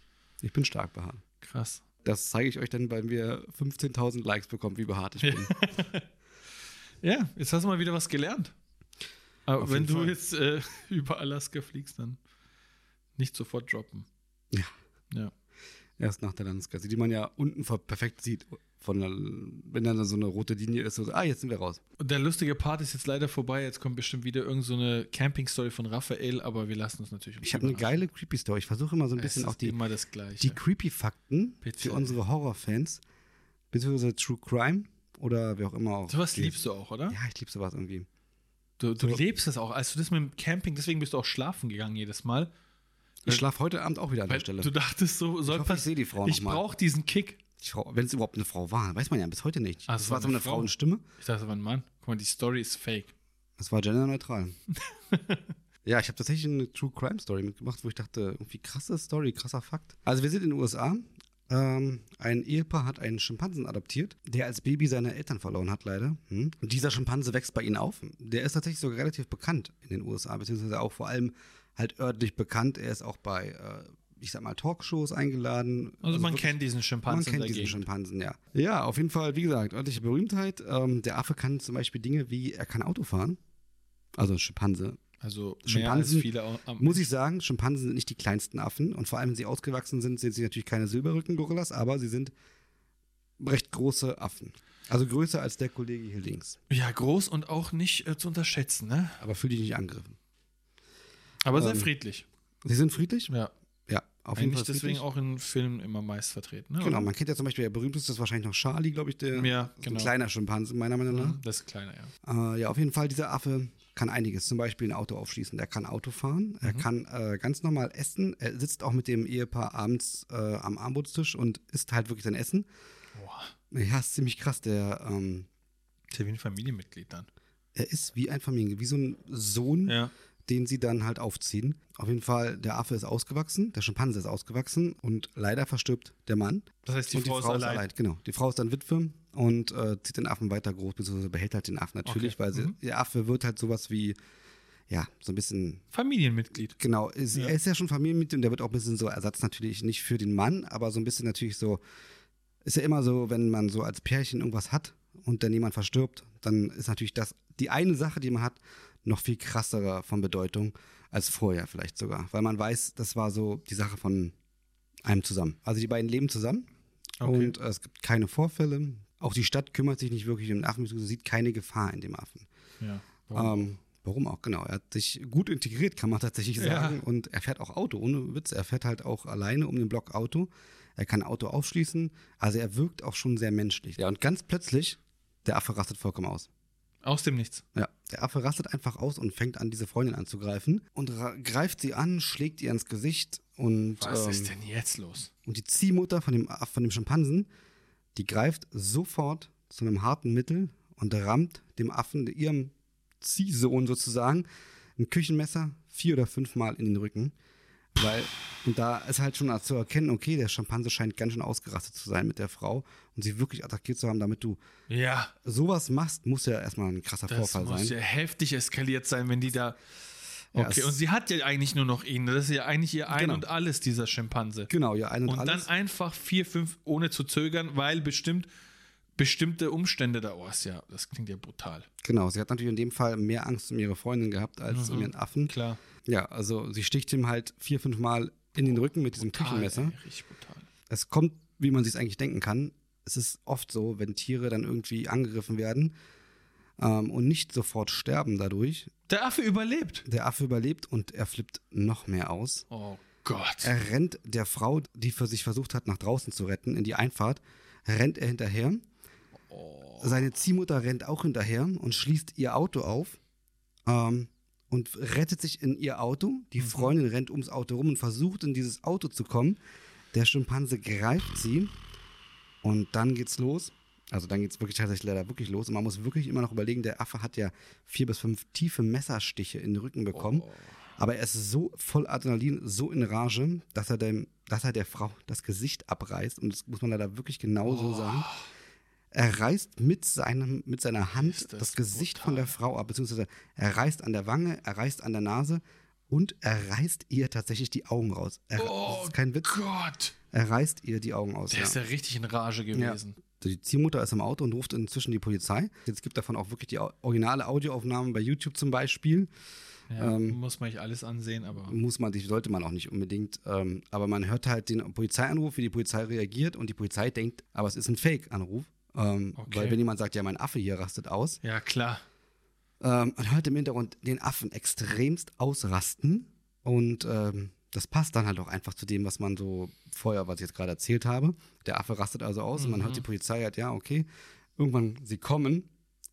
Ich bin stark behaart.
Krass.
Das zeige ich euch dann, wenn wir 15.000 Likes bekommen, wie behaart ich bin.
Ja, jetzt hast du mal wieder was gelernt. Aber
Auf
wenn
jeden
du
Fall.
jetzt äh, über Alaska fliegst, dann nicht sofort droppen.
Ja.
Ja.
Erst nach der Landesgrenze, die man ja unten ver- perfekt sieht. Von der, wenn dann so eine rote Linie ist, so, ah, jetzt sind wir raus.
Und der lustige Part ist jetzt leider vorbei. Jetzt kommt bestimmt wieder irgendeine so eine Camping-Story von Raphael, aber wir lassen uns natürlich
Ich habe eine
überraschen.
geile Creepy-Story. Ich versuche immer so ein
Es
bisschen
ist
auch die,
immer das Gleiche.
die Creepy-Fakten
Bitte.
für unsere Horrorfans, beziehungsweise True Crime oder wer auch immer. Auch
Sowas liebst du ne? auch, oder?
Ja, ich liebe sowas irgendwie.
Du, du
So.
lebst das auch. Also das mit dem Camping, deswegen bist du auch schlafen gegangen jedes Mal.
Ich
Äh,
schlafe heute Abend auch wieder an
Weil
der Stelle.
du dachtest so, soll
hoffe, ich
pass-
sehe die Frau
Ich
noch mal.
brauche diesen Kick.
Wenn es überhaupt eine Frau war, weiß man ja bis heute nicht.
Ah,
das war so eine
Frau.
Frauenstimme.
Ich dachte, das war ein Mann. Guck mal, die Story ist fake.
Das war genderneutral. ja, ich habe tatsächlich eine True Crime Story mitgemacht, wo ich dachte, irgendwie krasse Story, krasser Fakt. Also wir sind in den USA. Ähm, ein Ehepaar hat einen Schimpansen adoptiert, der als Baby seine Eltern verloren hat, leider. Hm. Und dieser Schimpanse wächst bei ihnen auf. Der ist tatsächlich sogar relativ bekannt in den USA, beziehungsweise auch vor allem halt örtlich bekannt. Er ist auch bei, äh, ich sag mal, Talkshows eingeladen.
Also, man
wirklich-
kennt diesen
man
Schimpansen
kennt diesen
dagegen.
Schimpansen, ja. Ja, auf jeden Fall, wie gesagt, örtliche Berühmtheit. Ähm, der Affe kann zum Beispiel Dinge wie, er kann Auto fahren. Also Schimpanse.
Also mehr als
Schimpansen
viele au- am
Muss ich sagen, Schimpansen sind nicht die kleinsten Affen. Und vor allem, wenn sie ausgewachsen sind, sind sie natürlich keine Silberrücken-Gorillas, aber sie sind recht große Affen. Also größer als der Kollege hier links.
Ja, groß und auch nicht äh, zu unterschätzen, ne?
Aber fühl dich nicht angegriffen.
Aber sehr
Ähm,
friedlich.
Sie sind friedlich?
Ja,
Ja, auf jeden
eigentlich
Fall.
deswegen
friedlich.
auch in Filmen immer meist vertreten. Ne?
Genau, man kennt ja zum Beispiel, der berühmteste ist wahrscheinlich noch Charlie, glaube ich, der
Ja,
ein
genau.
kleiner Schimpanse, meiner Meinung nach.
Mhm, Das ist kleiner, ja.
Äh, ja, auf jeden Fall, dieser Affe kann einiges, zum Beispiel ein Auto aufschließen. Er kann Auto fahren, er kann äh, ganz normal essen. Er sitzt auch mit dem Ehepaar abends äh, am Armutstisch und isst halt wirklich sein Essen.
Boah,
Ja, ist ziemlich krass. Der, ähm,
ist ja wie ein Familienmitglied dann.
er ist wie ein Familien, wie so ein Sohn,
Ja.
den sie dann halt aufziehen. Auf jeden Fall, der Affe ist ausgewachsen, der Schimpanse ist ausgewachsen und leider verstirbt der Mann.
Das heißt, die,
und
Frau, ist allein.
Genau, die Frau ist dann Witwe und äh, zieht den Affen weiter groß, beziehungsweise behält halt den Affen natürlich,
Okay.
weil sie,
Mhm.
der Affe wird halt sowas wie, ja, so ein bisschen
Familienmitglied.
Genau, ist,
Ja.
er ist ja schon Familienmitglied und der wird auch ein bisschen so Ersatz natürlich nicht für den Mann, aber so ein bisschen natürlich so, ist ja immer so, wenn man so als Pärchen irgendwas hat und dann jemand verstirbt, dann ist natürlich das, die eine Sache, die man hat, noch viel krasserer von Bedeutung als vorher vielleicht sogar, weil man weiß, das war so die Sache von einem zusammen. Also die beiden leben zusammen
Okay.
und äh, es gibt keine Vorfälle. Auch die Stadt kümmert sich nicht wirklich um den Affen, beziehungsweise sieht keine Gefahr in dem Affen.
Ja. Warum?
Ähm, warum auch, genau. Er hat sich gut integriert, kann man tatsächlich
Ja.
sagen. Und er fährt auch Auto, ohne Witz. Er fährt halt auch alleine um den Block Auto. Er kann Auto aufschließen. Also er wirkt auch schon sehr menschlich. Ja, und ganz plötzlich, der Affe rastet vollkommen aus.
Aus dem Nichts.
Ja, der Affe rastet einfach aus und fängt an, diese Freundin anzugreifen. Und ra- greift sie an, schlägt ihr ins Gesicht. Und,
Was
ähm,
ist denn jetzt los?
und die Ziehmutter von dem, Aff- von dem Schimpansen, die greift sofort zu einem harten Mittel und rammt dem Affen, ihrem Ziehsohn sozusagen, ein Küchenmesser vier oder fünfmal in den Rücken. Weil, und da ist halt schon zu erkennen, okay, der Schimpanse scheint ganz schön ausgerastet zu sein mit der Frau und sie wirklich attackiert zu haben, damit du
Ja,
sowas machst, muss ja erstmal ein krasser
das
Vorfall
muss
sein.
ja heftig eskaliert sein, wenn die da.
Ja,
Okay,
es-
und sie hat ja eigentlich nur noch ihn. Das ist ja eigentlich ihr Ein
Genau.
und Alles, dieser Schimpanse.
Genau, ja, ein und,
Und dann
alles.
einfach vier, fünf, ohne zu zögern, weil bestimmt bestimmte Umstände da. Oh, ist ja, das klingt ja brutal.
genau, sie hat natürlich in dem Fall mehr Angst um ihre Freundin gehabt als
Mhm.
um ihren Affen.
Klar.
Ja, also sie sticht ihm halt vier, fünf Mal in den Rücken mit diesem
Brutal,
Küchenmesser.
ey, Ah, richtig brutal.
es kommt, wie man sich eigentlich denken kann. Es ist oft so, wenn Tiere dann irgendwie angegriffen werden ähm, und nicht sofort sterben dadurch.
Der Affe überlebt.
Der Affe überlebt und er flippt noch mehr aus.
Oh Gott.
Er rennt der Frau, die für sich versucht hat, nach draußen zu retten, in die Einfahrt, rennt er hinterher. Seine Ziehmutter rennt auch hinterher und schließt ihr Auto auf ähm, und rettet sich in ihr Auto. Die Freundin rennt ums Auto rum und versucht, in dieses Auto zu kommen. Der Schimpanse greift sie und dann geht's los. Also dann geht's wirklich tatsächlich leider wirklich los. Und man muss wirklich immer noch überlegen, der Affe hat ja vier bis fünf tiefe Messerstiche in den Rücken bekommen.
Oh
Aber er ist so voll Adrenalin, so in Rage, dass er, dem, dass er der Frau das Gesicht abreißt. Und das muss man leider wirklich genau so sagen. Er reißt mit, seinem, mit seiner Hand
Ist das
das, Gesicht von der Frau ab, beziehungsweise er reißt an der Wange, er reißt an der Nase und er reißt ihr tatsächlich die Augen raus. Er, das
Oh
ist kein Witz.
Gott.
Er reißt ihr die Augen aus.
Der
ja. Also
ist ja richtig in Rage gewesen.
Die Ziehmutter ist im Auto und ruft inzwischen die Polizei. Jetzt gibt davon auch wirklich die au- originale Audioaufnahmen bei YouTube zum Beispiel.
Ja.
Ähm,
muss man nicht alles ansehen, aber.
Muss man, die sollte man auch nicht unbedingt. Ähm, aber man hört halt den Polizeianruf, wie die Polizei reagiert und die Polizei denkt, aber es ist ein Fake-Anruf. Ähm,
Okay.
Weil wenn jemand sagt, ja, mein Affe hier rastet aus,
Ja, klar.
ähm, man hört im Hintergrund den Affen extremst ausrasten und ähm, das passt dann halt auch einfach zu dem, was man so vorher, was ich jetzt gerade erzählt habe. Der Affe rastet also aus und man
Mhm.
hört die Polizei halt, ja, okay, irgendwann, sie kommen.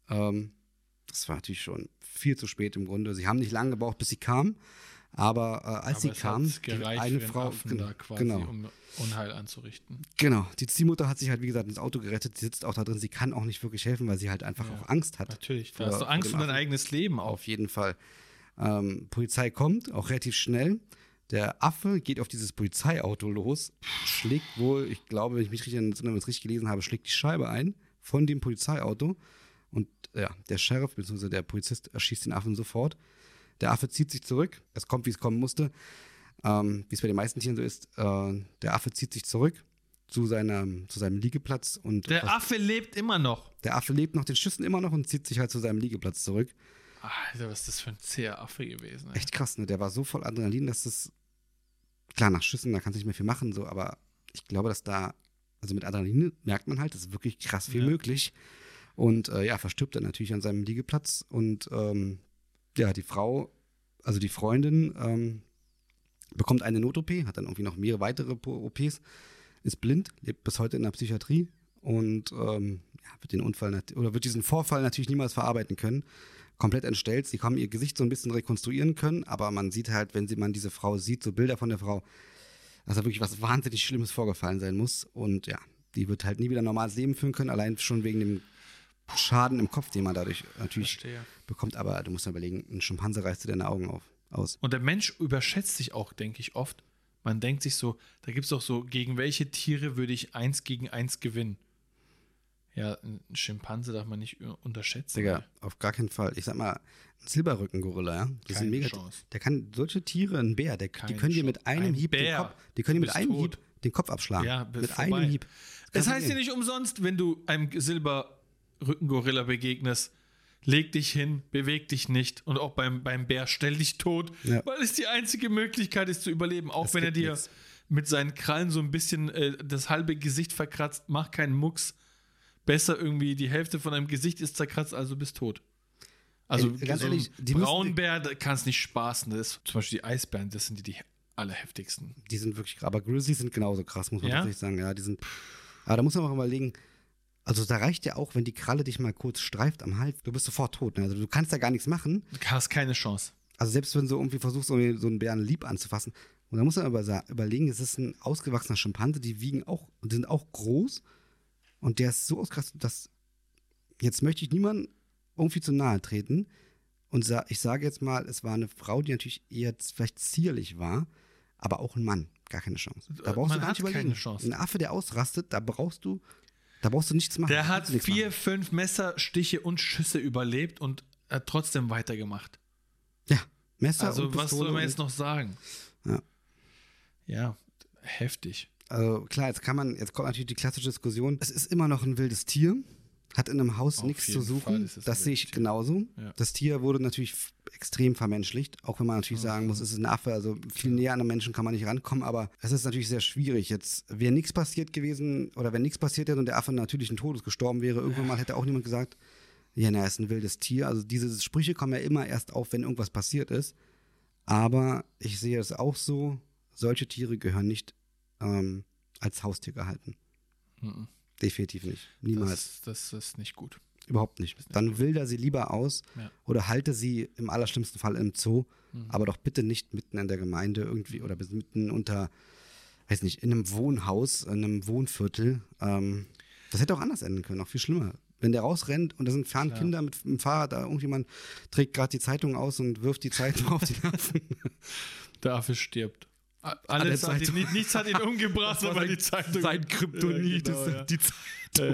Ähm, das war natürlich schon viel zu spät im Grunde. Sie haben nicht lange gebraucht, bis sie kamen, aber äh, als
aber
sie
es
kamen,
hat's
die
gereicht
eine
für den
Frau,
Affen
gen-
da quasi,
genau,
um Unheil anzurichten.
genau, die Ziehmutter hat sich halt, wie gesagt, ins Auto gerettet, sie sitzt auch da drin, sie kann auch nicht wirklich helfen, weil sie halt einfach
Ja,
auch Angst hat.
Natürlich. Da
Vor-
hast du
vor
Angst
dem
um dein
Affen.
eigenes Leben auf.
Auf jeden Fall. Ähm, Polizei kommt, auch relativ schnell. Der Affe geht auf dieses Polizeiauto los, schlägt wohl, ich glaube, wenn ich mich richtig, wenn ich es richtig gelesen habe, schlägt die Scheibe ein von dem Polizeiauto. Und ja, der Sheriff bzw. der Polizist erschießt den Affen sofort. Der Affe zieht sich zurück. Es kommt, wie es kommen musste. Ähm, wie es bei den meisten Tieren so ist. Äh, der Affe zieht sich zurück zu, seiner, zu seinem Liegeplatz und
Der Affe lebt immer noch.
der Affe lebt noch den Schüssen immer noch und zieht sich halt zu seinem Liegeplatz zurück.
Alter, was ist das für ein zäher Affe gewesen? Ey.
echt krass, ne? Der war so voll Adrenalin, dass das klar nach Schüssen, da kannst du nicht mehr viel machen, so, aber ich glaube, dass da, also mit Adrenalin merkt man halt, es ist wirklich krass viel
Ja.
möglich. Und äh, ja, verstirbt dann natürlich an seinem Liegeplatz und ähm, ja, die Frau, also die Freundin, ähm, bekommt eine Not-OP, hat dann irgendwie noch mehrere weitere Po- OPs, ist blind, lebt bis heute in der Psychiatrie und ähm, ja, wird den Unfall nat- oder wird diesen Vorfall natürlich niemals verarbeiten können. Komplett entstellt. Sie haben ihr Gesicht so ein bisschen rekonstruieren können, aber man sieht halt, wenn sie, man diese Frau sieht, so Bilder von der Frau, dass da wirklich was wahnsinnig Schlimmes vorgefallen sein muss. Und ja, die wird halt nie wieder ein normales Leben führen können, allein schon wegen dem Schaden im Kopf, den man dadurch natürlich
Verstehe.
bekommt. Aber du musst dir überlegen, ein Schimpanse reißt dir deine Augen auf, aus.
Und der Mensch überschätzt sich auch, denke ich, oft. Man denkt sich so, da gibt es doch so, gegen welche Tiere würde ich eins gegen eins gewinnen? Ja, ein Schimpanse darf man nicht äh, unterschätzen.
Digga, auf gar keinen Fall. Ich sag mal, ein Silberrücken-Gorilla, ja? Das
Keine
sind mega.
Chance.
Der kann solche Tiere, ein Bär, der, die
Keine
können dir
Chance.
mit einem
Ein
Hieb
Bär.
den Kopf, die können dir mit
Bist
einem
tot.
Hieb den Kopf abschlagen.
Ja, bist
mit
vorbei.
einem Hieb.
Es
Kannst du
heißt ja
sehen.
nicht umsonst, wenn du einem Silberrückengorilla begegnest, leg dich hin, beweg dich nicht und auch beim, beim Bär stell dich tot,
Ja.
weil es die einzige Möglichkeit ist zu überleben, auch
Es
wenn er
gibt
dir
nichts.
mit seinen Krallen so ein bisschen äh, das halbe Gesicht verkratzt, mach keinen Mucks. Besser irgendwie die Hälfte von deinem Gesicht ist zerkratzt, also bist tot. Also
Ey, ganz
so ein
ehrlich, die müssen-
Braunbär, da kannst nicht spaßen. Das ist, zum Beispiel die Eisbären, das sind die, die allerheftigsten.
Die sind wirklich. Aber Grizzlies sind genauso krass, muss man
Ja?
tatsächlich sagen. Ja, die sind. Aber da muss man auch überlegen. Also da reicht ja auch, wenn die Kralle dich mal kurz streift am Hals, du bist sofort tot. Ne? Also du kannst da gar nichts machen.
Du hast keine Chance.
Also selbst wenn du irgendwie versuchst, irgendwie so einen Bären lieb anzufassen. Und da muss man aber sa- überlegen, es ist ein ausgewachsener Schimpanse, die wiegen auch, die sind auch groß. Und der ist so ausgerastet, dass jetzt möchte ich niemanden irgendwie zu nahe treten. Und sa ich sage jetzt mal, es war eine Frau, die natürlich eher z- vielleicht zierlich war. Aber auch ein Mann, gar keine Chance. Da
Äh,
brauchst
man
du gar
hat
nicht überlegen.
keine Chance.
Ein Affe, der ausrastet, da brauchst du, da brauchst du nichts machen.
Der
Da
hat
kannst du nichts
vier,
machen.
fünf Messerstiche und Schüsse überlebt und hat trotzdem weitergemacht.
Ja, Messer und
Also, was
Pistole
soll man
und-
jetzt noch sagen?
Ja.
Ja, heftig.
Also klar, jetzt kann man, jetzt kommt natürlich die klassische Diskussion. Es ist immer noch ein wildes Tier, hat in einem Haus
Auf
nichts zu
jeden Fall
suchen.
ist es ein
Das sehe ich
wildes Tier.
genauso.
Ja.
Das Tier wurde natürlich f- extrem vermenschlicht, auch wenn man
Ah,
natürlich sagen muss, es ist ein Affe, also viel näher an den Menschen kann man nicht rankommen, aber es ist natürlich sehr schwierig. Jetzt wäre nichts passiert gewesen oder wenn nichts passiert hätte und der Affe natürlichen Todes gestorben wäre, irgendwann mal hätte auch niemand gesagt, ja, na, er ist ein wildes Tier. Also diese Sprüche kommen ja immer erst auf, wenn irgendwas passiert ist. Aber ich sehe es auch so, solche Tiere gehören nicht ähm, als Haustier gehalten.
Mhm.
Definitiv nicht. Niemals.
Das, das ist nicht gut.
Überhaupt nicht.
ist nicht
Dann wilder sie lieber aus
Ja.
oder halte sie im allerschlimmsten Fall im Zoo,
Mhm.
aber doch bitte nicht mitten in der Gemeinde irgendwie oder bis mitten unter, weiß nicht, in einem Wohnhaus, in einem Wohnviertel. Ähm, das hätte auch anders enden können, auch viel schlimmer. Wenn der rausrennt und da sind fern
Klar.
Kinder mit dem Fahrrad, da irgendjemand trägt gerade die Zeitung aus und wirft die Zeitung auf die Nerven.
Der Affe stirbt. A-
Ah, der
Alles hat ihn,
Zeitung.
ni- nichts hat ihn umgebracht, aber die Zeitung. Ja, genau,
ist halt
ja.
die Zeitung.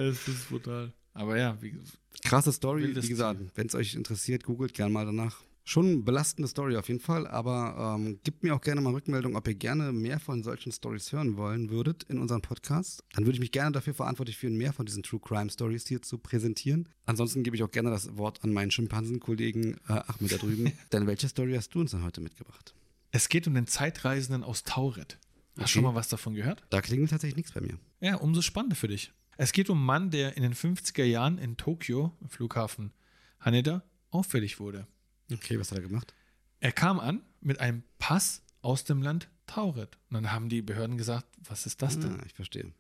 Äh, es ist brutal. Aber ja, wie,
Krasse Story,
Wildes
wie gesagt, wenn es euch interessiert, googelt gerne mal danach. Schon eine belastende Story auf jeden Fall, aber ähm, gebt mir auch gerne mal Rückmeldung, ob ihr gerne mehr von solchen Stories hören wollen würdet in unserem Podcast. Dann würde ich mich gerne dafür verantwortlich fühlen, mehr von diesen True Crime Stories hier zu präsentieren. Ansonsten gebe ich auch gerne das Wort an meinen Schimpansenkollegen äh, Achmed da drüben. Denn welche Story hast du uns denn heute mitgebracht?
es geht um den Zeitreisenden aus Tauret. Hast du
Okay.
schon mal was davon gehört?
Da klingelt tatsächlich nichts bei mir.
Ja, umso spannender für dich. Es geht um einen Mann, der in den 50er Jahren in Tokio, im Flughafen Haneda, auffällig wurde.
Okay, was hat er gemacht?
Er kam an mit einem Pass aus dem Land Tauret. Und dann haben die Behörden gesagt, was ist das denn?
Ah, ich verstehe.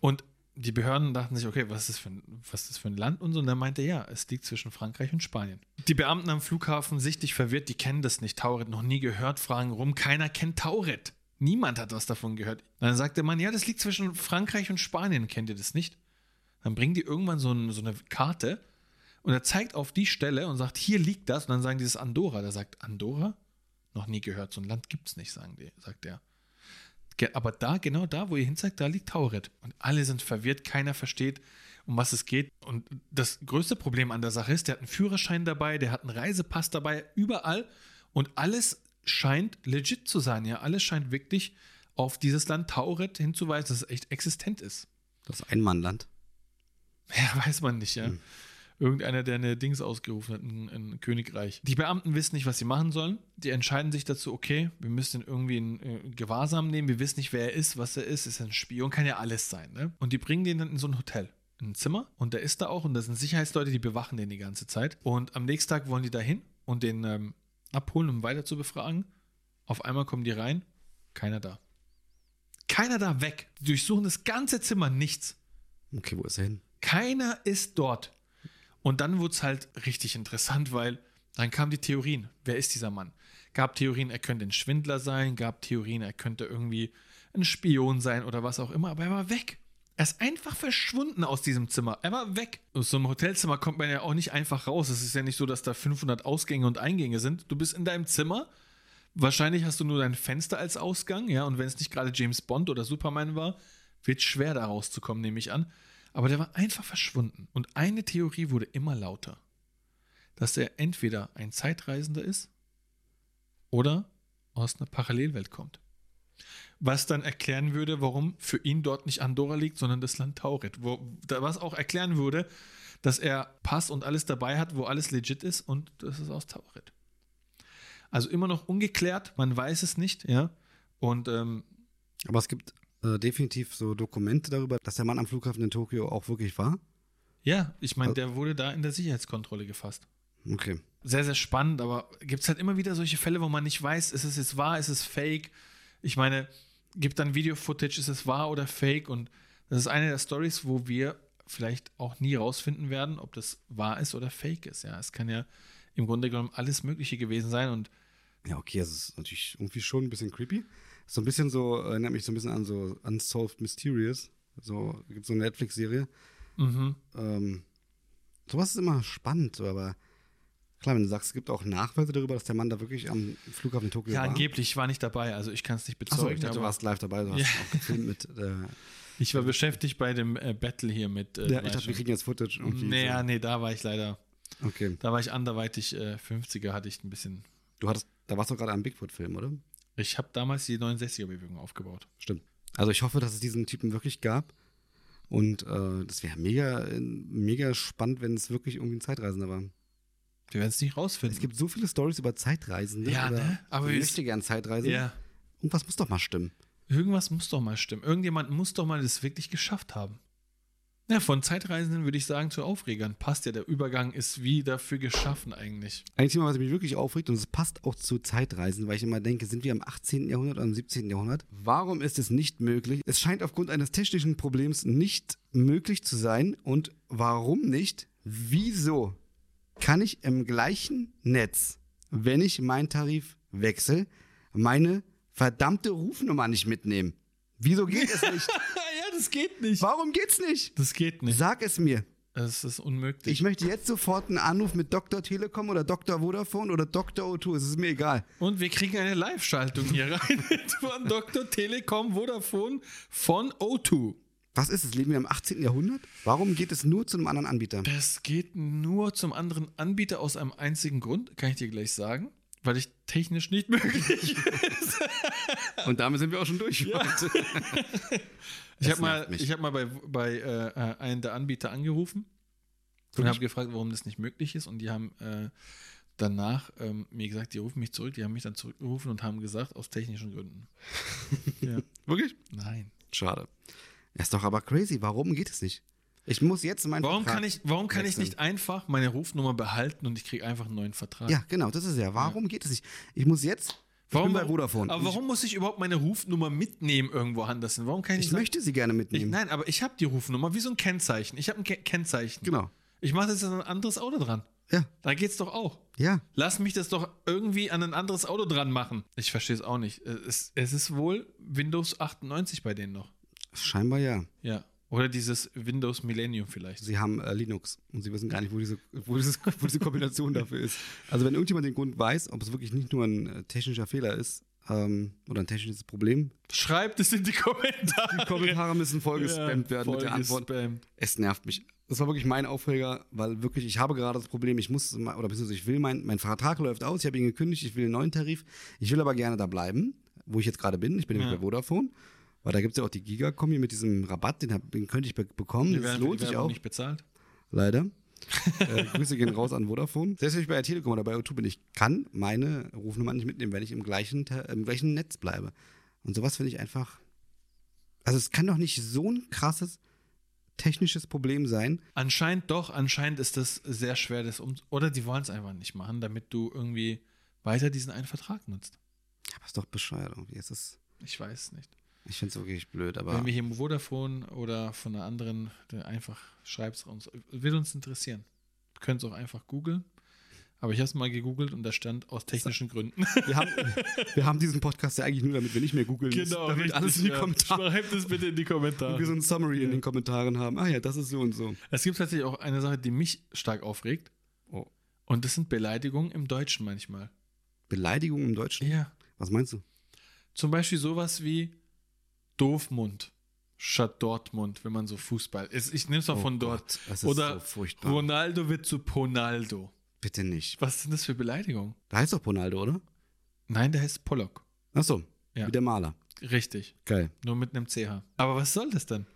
Und die Behörden dachten sich, okay, was ist, für ein, was ist das für ein Land und so? Und dann meinte er, ja, es liegt zwischen Frankreich und Spanien. Die Beamten am Flughafen sichtlich verwirrt, die kennen das nicht. Tauret noch nie gehört, fragen rum, keiner kennt Tauret. Niemand hat was davon gehört. Dann sagt der Mann, ja, das liegt zwischen Frankreich und Spanien, kennt ihr das nicht? Dann bringen die irgendwann so, ein, so eine Karte und er zeigt auf die Stelle und sagt, hier liegt das. Und dann sagen die, das ist Andorra. Der sagt, Andorra? Noch nie gehört, so ein Land gibt's nicht, sagen die, sagt er. Ge- Aber da, genau da, wo ihr hinzeigt, da liegt Tauret. Und alle sind verwirrt, keiner versteht, um was es geht. Und das größte Problem an der Sache ist, der hat einen Führerschein dabei, der hat einen Reisepass dabei, überall. Und alles scheint legit zu sein. Ja, alles scheint wirklich auf dieses Land Tauret hinzuweisen, dass es echt existent ist.
Das Einmannland.
Ja, weiß man nicht, ja.
Hm.
Irgendeiner, der eine Dings ausgerufen hat, ein, ein Königreich. Die Beamten wissen nicht, was sie machen sollen. Die entscheiden sich dazu, okay, wir müssen ihn irgendwie in äh, Gewahrsam nehmen. Wir wissen nicht, wer er ist, was er ist. Ist er ein Spion? Kann ja alles sein, ne? Und die bringen den dann in so ein Hotel. In ein Zimmer. Und da ist da auch. Und da sind Sicherheitsleute, die bewachen den die ganze Zeit. Und am nächsten Tag wollen die da hin und den ähm, abholen, um weiter zu befragen. Auf einmal kommen die rein. Keiner da. Keiner da weg. Die durchsuchen das ganze Zimmer. Nichts.
Okay, wo ist er hin?
Keiner ist dort. Und dann wurde es halt richtig interessant, weil dann kamen die Theorien. Wer ist dieser Mann? Gab Theorien, er könnte ein Schwindler sein, gab Theorien, er könnte irgendwie ein Spion sein oder was auch immer, aber er war weg. Er ist einfach verschwunden aus diesem Zimmer. Er war weg. Aus so einem Hotelzimmer kommt man ja auch nicht einfach raus. Es ist ja nicht so, dass da 500 Ausgänge und Eingänge sind. Du bist in deinem Zimmer. Wahrscheinlich hast du nur dein Fenster als Ausgang, ja. Und wenn es nicht gerade James Bond oder Superman war, wird schwer da rauszukommen, nehme ich an. Aber der war einfach verschwunden. Und eine Theorie wurde immer lauter, dass er entweder ein Zeitreisender ist oder aus einer Parallelwelt kommt. Was dann erklären würde, warum für ihn dort nicht Andorra liegt, sondern das Land Tauret. Wo, da, was auch erklären würde, dass er Pass und alles dabei hat, wo alles legit ist und das ist aus Tauret. Also immer noch ungeklärt, man weiß es nicht, ja. Und ähm,
Aber es gibt äh, definitiv so Dokumente darüber, dass der Mann am Flughafen in Tokio auch wirklich war.
ja, ich meine, der wurde da in der Sicherheitskontrolle gefasst.
Okay.
sehr, sehr spannend, aber gibt es halt immer wieder solche Fälle, wo man nicht weiß, ist es jetzt wahr, ist es fake? Ich meine, gibt dann Video-Footage, ist es wahr oder fake? Und das ist eine der Stories, wo wir vielleicht auch nie rausfinden werden, ob das wahr ist oder fake ist. Ja, es kann ja im Grunde genommen alles Mögliche gewesen sein und
Ja, okay, also es ist natürlich irgendwie schon ein bisschen creepy. So ein bisschen so, äh, erinnert mich so ein bisschen an so Unsolved Mysterious. So, gibt so eine Netflix-Serie.
mhm.
Ähm, sowas ist immer spannend, so, aber Klar, wenn du sagst, es gibt auch Nachweise darüber, dass der Mann da wirklich am Flughafen in Tokio
Ja,
war.
angeblich ich war nicht dabei, also ich kann es nicht
Achso,
bezeugen.
ich dachte, du
aber
warst live dabei, du hast
Ja.
auch gefilmt mit. Äh,
ich war beschäftigt bei dem äh, Battle hier mit.
ja,
Äh,
ich dachte, wir
Fleischern.
kriegen jetzt Footage. Irgendwie
nee, ja, nee, da war ich leider.
so. Okay.
Da war ich anderweitig äh, 50er, hatte ich ein bisschen.
Du hattest, da warst du gerade am Bigfoot-Film, oder?
Ich habe damals die 69er-Bewegung aufgebaut.
Stimmt. Also ich hoffe, dass es diesen Typen wirklich gab. Und äh, das wäre mega, äh, mega spannend, wenn es wirklich irgendwie ein Zeitreisender war.
Wir werden es nicht rausfinden.
Es gibt so viele Stories über Zeitreisende.
Ja,
oder
ne? Aber
ich
wir-
möchte gern Zeitreisen.
ja.
Irgendwas muss doch mal stimmen.
Irgendwas muss doch mal stimmen. Irgendjemand muss doch mal das wirklich geschafft haben. Ja, von Zeitreisenden würde ich sagen zu Aufregern. Passt ja, der Übergang ist wie dafür geschaffen eigentlich.
Ein Thema, was mich wirklich aufregt, und es passt auch zu Zeitreisen, weil ich immer denke, sind wir am 18. Jahrhundert oder am 17. Jahrhundert? Warum ist es nicht möglich? Es scheint aufgrund eines technischen Problems nicht möglich zu sein. Und warum nicht? Wieso kann ich im gleichen Netz, wenn ich meinen Tarif wechsle, meine verdammte Rufnummer nicht mitnehmen? Wieso geht es nicht?
ja, das geht nicht.
Warum geht's nicht?
Das geht nicht.
Sag es mir.
Das ist unmöglich.
Ich möchte jetzt sofort einen Anruf mit Dr. Telekom oder Dr. Vodafone oder Dr. O2. Es ist mir egal.
Und wir kriegen eine Live-Schaltung hier rein von Dr. Telekom Vodafone von O2.
Was ist es? Leben wir im 18. Jahrhundert? Warum geht es nur zu einem anderen Anbieter?
Das geht nur zum anderen Anbieter aus einem einzigen Grund, kann ich dir gleich sagen, weil ich technisch nicht möglich.
Und damit sind wir auch schon durch.
Ich
Das
habe mal,
nervt mich.
ich hab mal bei, bei äh, äh, einem der Anbieter angerufen und habe gefragt, warum das nicht möglich ist. Und die haben äh, danach ähm, mir gesagt, die rufen mich zurück. Die haben mich dann zurückgerufen und haben gesagt, aus technischen Gründen. ja.
Wirklich?
Nein.
Schade. Das ist doch aber crazy. Warum geht es nicht? Ich muss jetzt meinen
Warum
Vertrag
kann ich, warum kann ich
wechseln.
nicht einfach meine Rufnummer behalten und ich kriege einfach einen neuen Vertrag?
Ja, genau, das ist ja. Warum geht es nicht? Ich muss jetzt.
warum,
ich bin bei Vodafone.
Aber warum muss ich überhaupt meine Rufnummer mitnehmen irgendwo anders hin? Warum kann
Ich,
ich, nicht
ich
sagen,
möchte sie gerne
ich,
mitnehmen.
nein, aber ich habe die Rufnummer wie so ein Kennzeichen. Ich habe ein Ke Kennzeichen.
Genau.
Ich mache jetzt ein anderes Auto dran.
Ja,
Da geht's doch auch.
ja.
Lass mich das doch irgendwie an ein anderes Auto dran machen. Ich verstehe es auch nicht. Äh, Es, es ist wohl Windows 98 bei denen noch.
Scheinbar ja.
Ja. Oder dieses Windows Millennium vielleicht.
Sie haben äh, Linux und sie wissen gar nicht, wo diese, wo, dieses, wo diese Kombination dafür ist. Also wenn irgendjemand den Grund weiß, ob es wirklich nicht nur ein äh, technischer Fehler ist ähm, oder ein technisches Problem,
Schreibt es in die Kommentare.
die Kommentare müssen vollgespammt
Ja,
werden mit der Antwort.
vollgespammt.
Es nervt mich. Das war wirklich mein Aufreger, weil wirklich, ich habe gerade das Problem, ich muss, ma- oder beziehungsweise ich will, mein, mein Vertrag läuft aus, ich habe ihn gekündigt, ich will einen neuen Tarif. Ich will aber gerne da bleiben, wo ich jetzt gerade bin. Ich bin nämlich
Ja.
bei Vodafone, weil da gibt es ja auch die Giga-Kombi mit diesem Rabatt, den, hab, den könnte ich be bekommen.
Wir
Das
werden für die
lohnt sich
Werbung
auch,
nicht bezahlt.
leider. äh, Grüße gehen raus an Vodafone. Selbst wenn ich bei der Telekom oder bei O2 bin, ich kann meine Rufnummer nicht mitnehmen, wenn ich im gleichen, Te- im gleichen Netz bleibe. Und sowas finde ich einfach. Also, es kann doch nicht so ein krasses technisches Problem sein,
Anscheinend doch, anscheinend ist das sehr schwer, das um. Oder die wollen es einfach nicht machen, damit du irgendwie weiter diesen einen Vertrag nutzt.
Aber ist doch bescheuert irgendwie. Es ist,
Ich weiß es nicht.
ich finde es wirklich blöd, aber
Wenn wir hier im Vodafone oder von einer anderen, dann einfach schreibt es uns. Wird uns interessieren. Könnt es auch einfach googeln. Aber ich habe es mal gegoogelt und da stand aus technischen Gründen.
wir haben, wir haben diesen Podcast ja eigentlich nur, damit wir nicht mehr googeln.
Genau,
damit alles in die Kommentare.
Schreibt es bitte in die
damit Wir so
Kommentare.
ein Summary in den Kommentaren haben. Ah ja, das ist so und so.
Es gibt tatsächlich auch eine Sache, die mich stark aufregt.
Oh.
Und das sind Beleidigungen im Deutschen manchmal.
Beleidigung im Deutschen?
Ja.
Was meinst du?
Zum Beispiel sowas wie Doofmund statt Dortmund, wenn man so Fußball ist. Ich nehme es mal
Oh
von
Gott,
dort.
das ist
Oder
so furchtbar.
Ronaldo wird zu Ponaldo.
Bitte nicht.
Was sind das für Beleidigungen?
Da heißt doch Bonaldo, oder?
Nein, der heißt Pollock.
Achso,
Ja.
wie der Maler.
Richtig.
Geil.
Nur mit einem CH. Aber was soll das denn?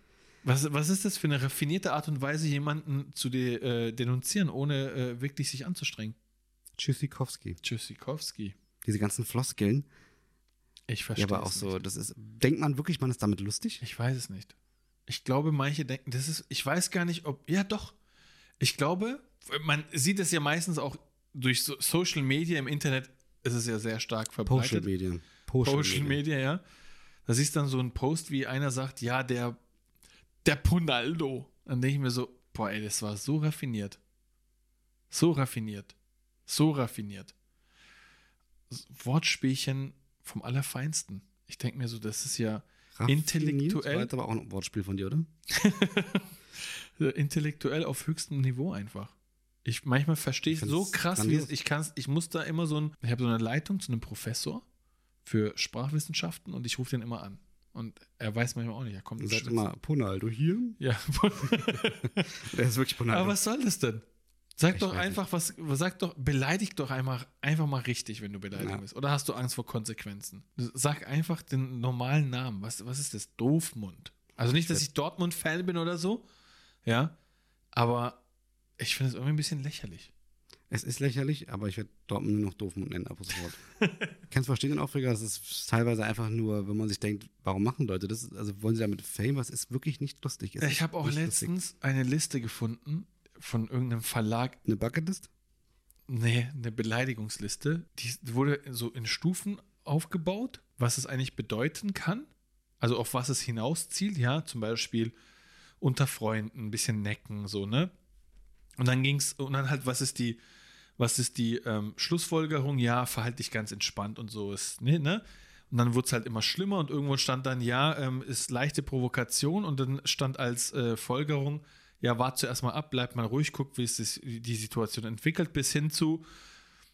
Was, was ist das für eine raffinierte Art und Weise, jemanden zu de, äh, denunzieren, ohne äh, wirklich sich anzustrengen?
Tschüssikowski.
Tschüssikowski.
Diese ganzen Floskeln.
Ich
Ja,
verstehe
aber auch
es
so,
nicht.
das ist. Denkt man wirklich, man ist damit lustig?
Ich weiß es nicht. Ich glaube, manche denken, das ist, ich weiß gar nicht, ob, ja doch. Ich glaube, man sieht es ja meistens auch durch so Social Media im Internet, ist es ja sehr stark verbreitet.
Social Media.
Social Media, ja. Da siehst du dann so einen Post, wie einer sagt, ja, der, der Ponaldo. Dann denke ich mir so, boah, ey, das war so raffiniert. So raffiniert. So raffiniert. S- Wortspielchen vom Allerfeinsten. Ich denke mir so, das ist ja
Raffiniert
Intellektuell.
War jetzt aber auch ein Wortspiel von dir, oder?
äh, intellektuell auf höchstem Niveau einfach. Ich manchmal verstehe ich
Ich
so
find's
krass, wie
grandios.
es, ich kann ich muss da immer so ein, ich habe so eine Leitung zu einem Professor für Sprachwissenschaften und ich rufe den immer an. Und er weiß manchmal auch nicht, er kommt
Du
ins
sagst
Schwitzen.
immer, Ponaldo hier?
Ja,
Der ist wirklich Ponaldo.
aber was soll das denn? Sag
Ich
doch
weiß
einfach was, sag doch, beleidig doch einmal, einfach mal richtig, wenn du beleidigt
Ja.
bist. Oder hast du Angst vor Konsequenzen? Sag einfach den normalen Namen. Was, was ist das? Doofmund. Also nicht, dass ich Dortmund-Fan bin oder so, ja, aber ich finde es irgendwie ein bisschen lächerlich.
Es ist lächerlich, aber ich werde Dortmund nur noch Doofmund nennen, ab sofort. Kannst verstehen den Aufreger, das ist teilweise einfach nur, wenn man sich denkt, warum machen Leute das? Also wollen sie damit Fame? Was ist wirklich nicht lustig? Es
ich
ist
habe auch
nicht
letztens eine Liste gefunden von irgendeinem Verlag,
Eine Bucketlist?
Nee, eine Beleidigungsliste. Die wurde so in Stufen aufgebaut, was es eigentlich bedeuten kann. Also auf was es hinauszielt, ja, zum Beispiel unter Freunden, ein bisschen necken, so, ne? Und dann ging's, und dann halt, was ist die, was ist die ähm, Schlussfolgerung? Ja, verhalte dich ganz entspannt und so ist, ne, ne? Und dann wurde es halt immer schlimmer und irgendwo stand dann, ja, ähm, ist leichte Provokation und dann stand als äh, Folgerung, ja, wart zuerst mal ab, bleibt mal ruhig, guckt, wie es sich die Situation entwickelt, bis hin zu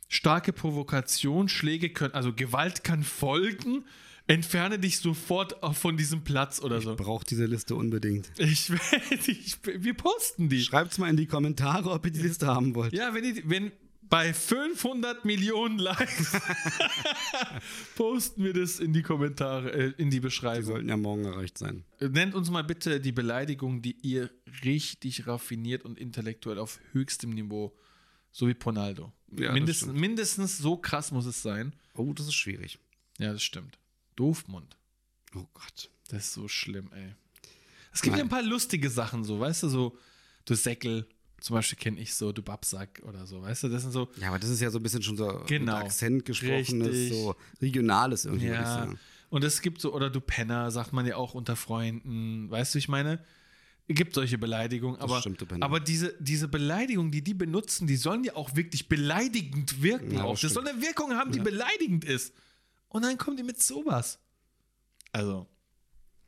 starke Provokation, Schläge können, also Gewalt kann folgen, entferne dich sofort auch von diesem Platz oder so.
Braucht diese Liste unbedingt.
Ich, ich, wir posten die.
Schreibt's mal in die Kommentare, ob ihr die Liste haben wollt.
Ja, wenn, ihr- wenn bei 500 Millionen Likes posten wir das in die Kommentare, äh, in die
Die
Beschreibung.
sollten ja morgen erreicht sein.
Nennt uns mal bitte die Beleidigung, die ihr richtig raffiniert und intellektuell auf höchstem Niveau, so wie Ponaldo.
Ja, das
mindestens,
stimmt.
mindestens so krass muss es sein.
Oh, das ist schwierig.
Ja, das stimmt. Doofmund.
Oh Gott.
Das ist so schlimm, ey. Es gibt ja
Nein.
ein paar lustige Sachen, so, weißt du, so, du Säckel, zum Beispiel kenne ich so, du Babsack oder so, weißt du, das sind so,
Ja, aber das ist ja so ein bisschen schon so mit
Genau.
Akzent gesprochenes,
Richtig.
so regionales irgendwie, würde ich
Ja.
sagen.
Und es gibt so, oder du Penner, sagt man ja auch unter Freunden, weißt du, ich meine, gibt solche Beleidigungen, aber,
stimmt, du Penner.
aber diese, diese Beleidigungen, die die benutzen, die sollen ja auch wirklich beleidigend wirken.
Ja, das
auch. Das,
stimmt.
soll eine Wirkung haben, die beleidigend ist. Und dann kommen die mit sowas. Also,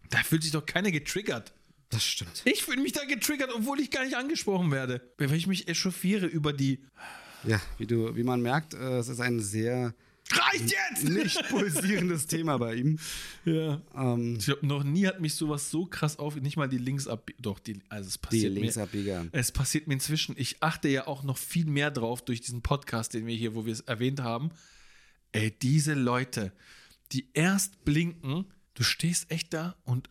da fühlt sich doch keiner getriggert.
Das stimmt.
Ich fühle mich da getriggert, obwohl ich gar nicht angesprochen werde. Wenn ich mich echauffiere über die.
Ja, wie, du, wie man merkt, äh, es ist ein sehr
Reicht jetzt!
nicht pulsierendes Thema bei ihm.
Ja.
Ähm,
Ich glaube, noch nie hat mich sowas so krass auf. Nicht mal die Linksab. Doch, die. Also, es
die
passiert mir.
Linksabbieger.
Es passiert mir inzwischen. Ich achte ja auch noch viel mehr drauf durch diesen Podcast, den wir hier, wo wir es erwähnt haben. Ey, diese Leute, die erst blinken, du stehst echt da und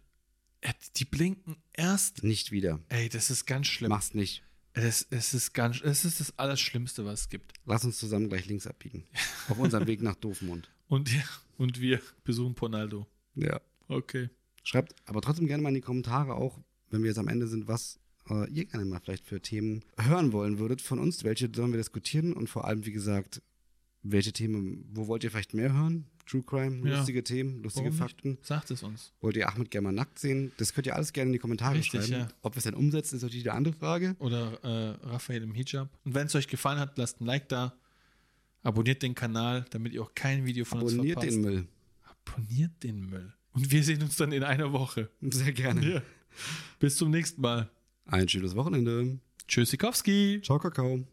äh, die blinken erst.
Nicht wieder.
Ey, das ist ganz schlimm.
Mach's nicht.
Es, es ist ganz. Es ist das Allerschlimmste, was es gibt.
Lass uns zusammen gleich links abbiegen. Auf unserem Weg nach Doofmund.
Und, ja, und wir besuchen Ponaldo.
Ja.
Okay.
Schreibt aber trotzdem gerne mal in die Kommentare auch, wenn wir jetzt am Ende sind, was äh, ihr gerne mal vielleicht für Themen hören wollen würdet von uns. Welche sollen wir diskutieren? Und vor allem, wie gesagt, welche Themen, wo wollt ihr vielleicht mehr hören? True Crime,
Ja.
lustige Themen, lustige
Warum nicht?
Fakten.
Sagt es uns.
Wollt ihr Ahmed gerne mal nackt sehen? Das könnt ihr alles gerne in die Kommentare
Richtig,
schreiben.
ja.
Ob wir es dann umsetzen, ist natürlich die andere Frage.
oder äh, Raphael im Hijab. Und wenn es euch gefallen hat, lasst ein Like da. Abonniert den Kanal, damit ihr auch kein Video von uns
Abonniert
verpasst.
den Müll.
Abonniert den Müll. Und wir sehen uns dann in einer Woche.
Sehr gerne.
Bis zum nächsten Mal.
Ein schönes Wochenende.
Tschüss, Sikowski.
Ciao, Kakao.